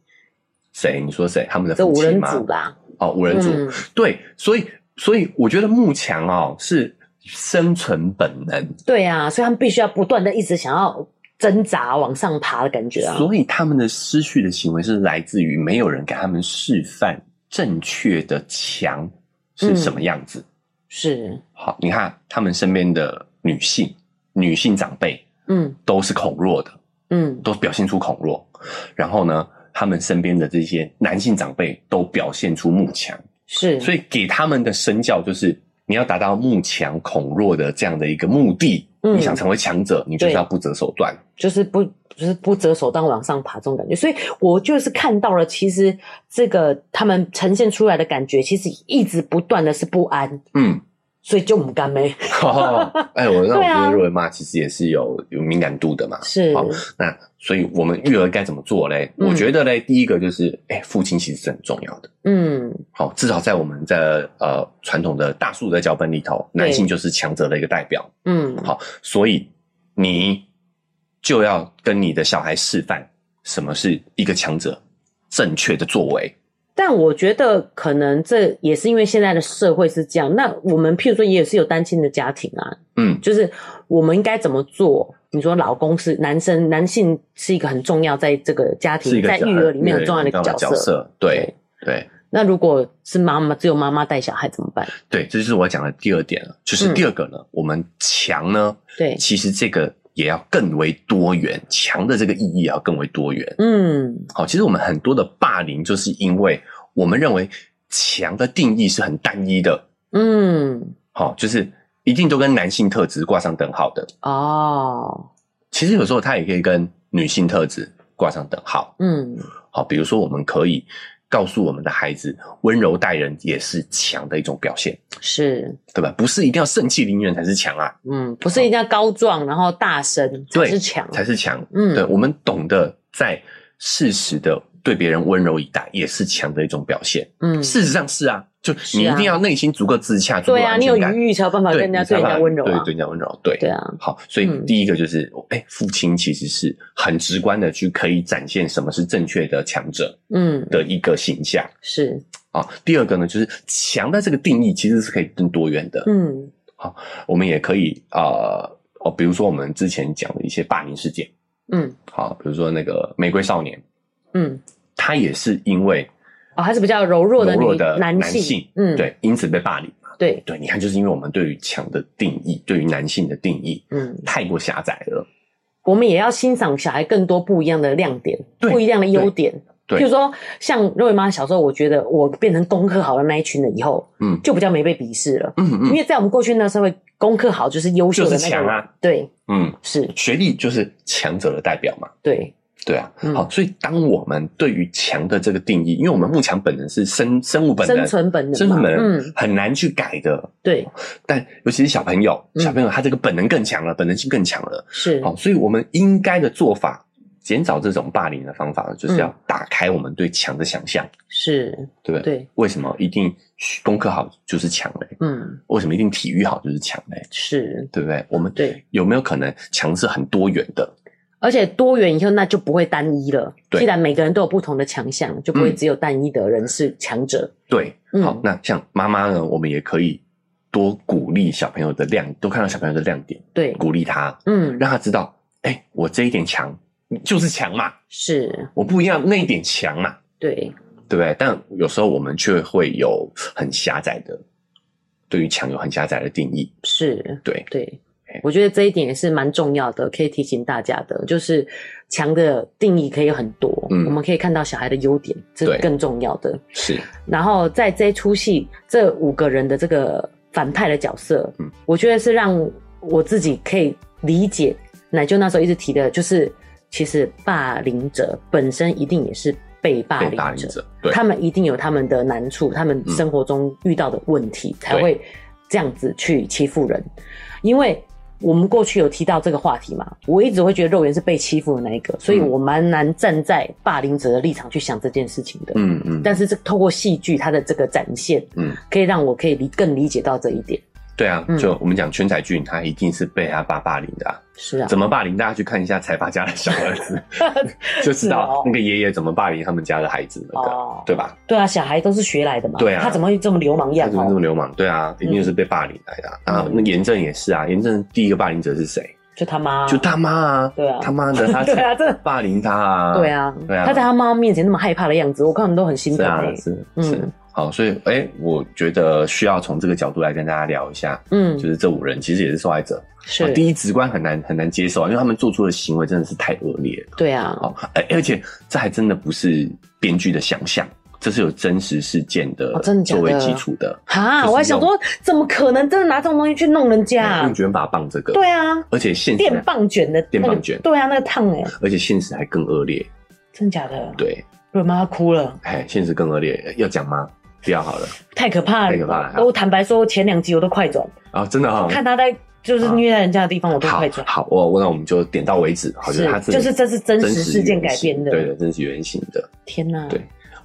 S2: 谁？你说谁？他们的
S1: 这
S2: 夫
S1: 五
S2: 妻
S1: 人
S2: 吗
S1: 组？啦，
S2: 哦，五人组。
S1: 嗯，
S2: 对，所以所以我觉得慕强哦是生存本能，
S1: 对啊，所以他们必须要不断的一直想要挣扎往上爬的感觉啊，
S2: 所以他们的失序的行为是来自于没有人给他们示范正确的强是什么样子。
S1: 是，
S2: 好，你看他们身边的女性女性长辈
S1: 嗯
S2: 都是恐弱的，
S1: 嗯，
S2: 都表现出恐弱，然后呢？他们身边的这些男性长辈都表现出慕强，
S1: 是，
S2: 所
S1: 以
S2: 以给他们的身教就是，你要达到慕强恐弱的这样的一个目的，
S1: 嗯
S2: 你想成为强者，你就是
S1: 对
S2: 要不择手段。
S1: 就是不就是不择手段往上爬这种感觉，所以我就是看到了，其实这个他们呈现出来的感觉，其实一直不断的是不安，
S2: 嗯，
S1: 所以就不甘欸呗，
S2: 哎，我那我
S1: 对啊
S2: 觉得瑞文妈其实也是有有敏感度的嘛。
S1: 是，
S2: 好那所以我们育儿该怎么做嘞？
S1: 嗯
S2: 我觉得嘞，第一个就是，哎，父亲其实是很重要的。
S1: 嗯，
S2: 好，至少在我们的呃传统的大数的脚本里头，
S1: 对
S2: 男性就是强者的一个代表。
S1: 嗯，
S2: 好，所以你就要跟你的小孩示范什么是一个强者正确的作为。
S1: 但我觉得可能这也是因为现在的社会是这样。那我们譬如说也是有单亲的家庭啊，
S2: 嗯，
S1: 就是我们应该怎么做？你说老公是男生，男性是一个很重要，在这个家
S2: 是
S1: 庭
S2: 一个
S1: 在育儿里面很重要的
S2: 角
S1: 角色。
S2: 色。对对
S1: 那如果是妈妈，只有妈妈带小孩怎么办？
S2: 对，这就是我讲的第二点了。就是
S1: 嗯
S2: 第二个呢，我们强呢，
S1: 对，
S2: 其实这个也要更为多元，强的这个意义也要更为多元。
S1: 嗯，
S2: 好，其实我们很多的霸凌，就是因为我们认为强的定义是很单一的，
S1: 嗯，
S2: 好、就是一定都跟男性特质挂上等号的。
S1: 哦，
S2: 其实有时候它也可以跟女性特质挂上等号。
S1: 嗯，
S2: 好，比如说我们可以告诉我们的孩子，温柔待人也是强的一种表现，
S1: 是，
S2: 对吧？不是一定要盛气凌人才是强啊，
S1: 嗯，不是一定要高壮，然后大声才
S2: 对
S1: 是强，
S2: 才是强。
S1: 嗯，
S2: 对，我们懂得在适时的对别人温柔以待，也是强的一种表现。
S1: 嗯，
S2: 事实上是啊，就你一
S1: 是啊
S2: 定要内心足够自洽，足够
S1: 对啊，
S2: 安
S1: 你有
S2: 全感，
S1: 余裕才有办法跟人家
S2: 你才
S1: 对人家
S2: 把
S1: 温柔啊，
S2: 对对人家温柔，对
S1: 对啊，
S2: 好，所以
S1: 嗯
S2: 第一个就是，哎、父亲其实是很直观的去可以展现什么是正确的强者
S1: 嗯，
S2: 的一个形象
S1: 是，
S2: 啊、第二个呢，就是强的这个定义其实是可以更多元的，
S1: 嗯，
S2: 我们也可以呃哦，比如说我们之前讲的一些霸凌事件，
S1: 嗯
S2: 好，比如说那个玫瑰少年，
S1: 嗯，
S2: 他也是因为
S1: 哦，还是比较柔弱的
S2: 柔
S1: 女
S2: 弱的
S1: 男
S2: 性，
S1: 嗯，
S2: 对，因此被霸凌嘛。
S1: 对，
S2: 对，你看，就是因为我们对于强的定义，对于男性的定义
S1: 嗯，
S2: 太过狭窄了。
S1: 我们也要欣赏小孩更多不一样的亮点，
S2: 对
S1: 不一样的优点。
S2: 对
S1: 譬如说像瑞妈小时候，我觉得我变成功课好的那一群人以后，
S2: 嗯
S1: 就比较没被鄙视了，
S2: 嗯
S1: 因
S2: 嗯
S1: 为在我们过去那个社会，功课好就是优秀的
S2: 就是
S1: 那
S2: 强
S1: 个，
S2: 啊、
S1: 对，
S2: 嗯，
S1: 是，
S2: 学历就是强者的代表嘛。
S1: 对，
S2: 对啊，
S1: 嗯
S2: 好，所以当我们对于强的这个定义，因为我们慕强本能是生生物本能，
S1: 生存本能嘛，
S2: 生存本能
S1: 嗯，
S2: 很难去改的。
S1: 对，
S2: 但尤其是小朋友，
S1: 嗯
S2: 小朋友他这个本能更强了，本能性更强了。
S1: 是，
S2: 好，所以我们应该的做法，减少这种霸凌的方法，就是要打开我们对强的想象，
S1: 是，
S2: 对不对？
S1: 对，
S2: 为什么一定功课好就是强嘞？
S1: 嗯，
S2: 为什么一定体育好就是强嘞？
S1: 是，
S2: 对不对？我们
S1: 对，
S2: 有没有可能强是很多元的？
S1: 而且多元以后，那就不会单一了。
S2: 对
S1: 既然每个人都有不同的强项，就不会
S2: 嗯
S1: 只有单一的人是强者。
S2: 对，
S1: 嗯
S2: 好，那像妈妈呢，我们也可以多鼓励小朋友的亮，多看到小朋友的亮点，
S1: 对，
S2: 鼓励他，
S1: 嗯，
S2: 让他知道，哎，我这一点强就是强嘛，
S1: 是，
S2: 我不一样那一点强嘛，
S1: 对，
S2: 对不对？但有时候我们却会有很狭窄的，对于强有很狭窄的定义，
S1: 是，
S2: 对，
S1: 对
S2: 嘿。
S1: 我觉得这一点也是蛮重要的，可以提醒大家的，就是强的定义可以有很多，
S2: 嗯
S1: 我们可以看到小孩的优点，这
S2: 对
S1: 是更重要的。
S2: 是，
S1: 然后在这一出戏，这五个人的这个反派的角色，
S2: 嗯
S1: 我觉得是让我自己可以理解奶舅那时候一直提的，就是其实霸凌者本身一定也是被霸
S2: 被
S1: 凌
S2: 霸凌
S1: 者，
S2: 者，对，
S1: 他们一定有他们的难处，他们生活中遇到的问题，才会这样子去欺负人。因为我们过去有提到这个话题嘛，我一直会觉得肉圆是被欺负的那一个，所以
S2: 嗯
S1: 我蛮难站在霸凌者的立场去想这件事情的。
S2: 嗯嗯，
S1: 但是这透过戏剧它的这个展现，
S2: 嗯，
S1: 可以让我可以理更理解到这一点。
S2: 对啊
S1: 嗯，
S2: 就我们讲圈仔俊，他一定是被他爸霸凌的、啊，
S1: 是啊
S2: 怎，么霸凌？大家去看一下财阀家的小儿子， 就知
S1: 是哦
S2: 道那个爷爷怎么霸凌他们家的孩子那个，
S1: 哦
S2: 对吧？
S1: 对啊，小孩都是学来的嘛，
S2: 对啊
S1: 他怎么会这么流氓
S2: 他
S1: 样
S2: 怎么这么
S1: 哦？嗯
S2: 流氓？对啊，一定是被霸凌来的啊。啊那严正也是啊，严正第一个霸凌者是谁？
S1: 就他妈，
S2: 就他妈啊，
S1: 对啊
S2: 他妈的 他
S1: 对啊这
S2: 霸凌他啊，
S1: 对啊，
S2: 对啊
S1: 他在他妈面前那么害怕的样子，我看他们都很心
S2: 是
S1: 疼、
S2: 啊
S1: 欸。
S2: 是
S1: 嗯
S2: 是。好，所以哎、我觉得需要从这个角度来跟大家聊一下，
S1: 嗯，
S2: 就是这五人其实也是受害者，
S1: 是
S2: 啊第一直观很难很难接受啊，因为他们做出的行为真的是太恶劣了。
S1: 对啊，
S2: 哦，哎而且这还真的不是编剧的想象，这是有真实事件的
S1: 哦真的假的
S2: 作为基础的。
S1: 哈，
S2: 就是
S1: 我还想说，怎么可能真的拿这种东西去弄人家、
S2: 用
S1: 啊？
S2: 卷法棒这个，
S1: 对，啊，
S2: 而且嗯现实
S1: 电
S2: 还，
S1: 棒卷的那个
S2: 电棒卷
S1: 对啊，那个烫哎、
S2: 而且现实还更恶劣。
S1: 真假的？，
S2: 对，
S1: 瑞妈要哭了，
S2: 哎，现实更恶劣，要讲吗？不要好了
S1: 太可怕了，
S2: 太可怕了
S1: 我坦白说，前两集我都快转，
S2: 啊，真的哈、
S1: 看他在就是虐待人家的地方，我都
S2: 好
S1: 快转。
S2: 好，我我那我们就点到为止，好，就是
S1: 是
S2: 他
S1: 就是这是真实事件改编的
S2: 对的，真实原型的。
S1: 天哪，
S2: 对，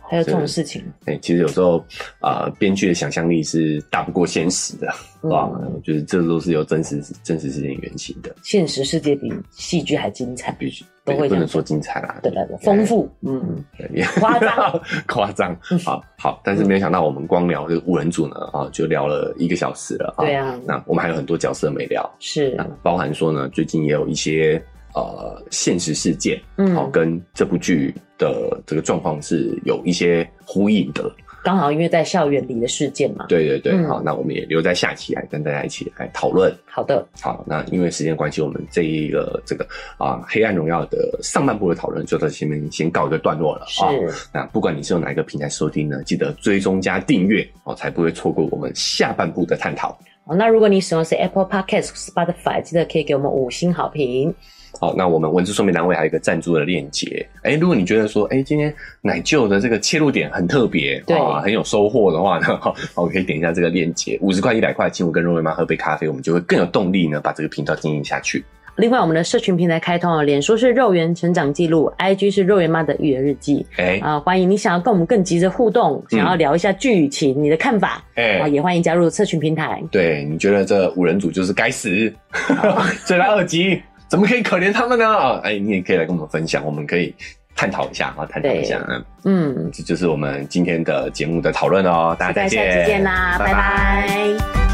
S1: 还有这种事情，
S2: 哎、其实有时候啊，呃编、剧的想象力是大不过现实的，
S1: 嗯
S2: 哇、就是这都是由真实真实事件原型的，
S1: 现实世界比戏剧还精彩，
S2: 必须
S1: 都会
S2: 也不
S1: 这
S2: 能
S1: 样
S2: 说精彩啦，
S1: 对对对，丰富，嗯，
S2: 对，
S1: 夸 张，嗯
S2: 夸张啊！好，但是没有想到我们光聊这个五人组呢啊，就聊了一个小时了啊。
S1: 对啊
S2: 那我们还有很多角色没聊，
S1: 是
S2: 那，包含说呢，最近也有一些呃现实事件，
S1: 嗯
S2: 好、跟这部剧的这个状况是有一些呼应的。
S1: 刚好因为在校园里的事件嘛。
S2: 对对对，
S1: 嗯
S2: 好，那我们也留在下期来跟大家一起来讨论。
S1: 好的，
S2: 好，那因为时间关系，我们这一个这个啊、黑暗荣耀》的上半部的讨论就到前面先告一个段落了
S1: 是
S2: 啊。那不管你是用哪一个平台收听呢，记得追踪加订阅哦，才不会错过我们下半部的探讨。
S1: 好，那如果你使用的是 Apple Podcast、Spotify，记得可以给我们五星好评。
S2: 好，那我们文字说明栏位还有一个赞助的链接。哎，如果你觉得说，哎，今天奶舅的这个切入点很特别，
S1: 对
S2: 啊很有收获的话呢， 哈，我可以点一下这个链接，五十块、一百块，请我跟肉瑞妈喝杯咖啡，我们就会更有动力呢，把这个频道经营下去。
S1: 另外，我们的社群平台开通了，脸书是肉圆成长记录，IG 是肉圆妈的育儿日记
S2: 哎
S1: 啊、欢迎你想要跟我们更及时互动，
S2: 嗯
S1: 想要聊一下剧情，你的看法啊、
S2: 哎，
S1: 也欢迎加入社群平台。
S2: 对，你觉得这五人组就是该死， 所以他二级怎么可以可怜他们呢？哎，你也可以来跟我们分享，我们可以探讨一下啊，探讨一下。
S1: 对
S2: 嗯
S1: 嗯，
S2: 这就是我们今天的节目的讨论哦，大
S1: 期
S2: 家再
S1: 待下
S2: 见，
S1: 期见啦，拜拜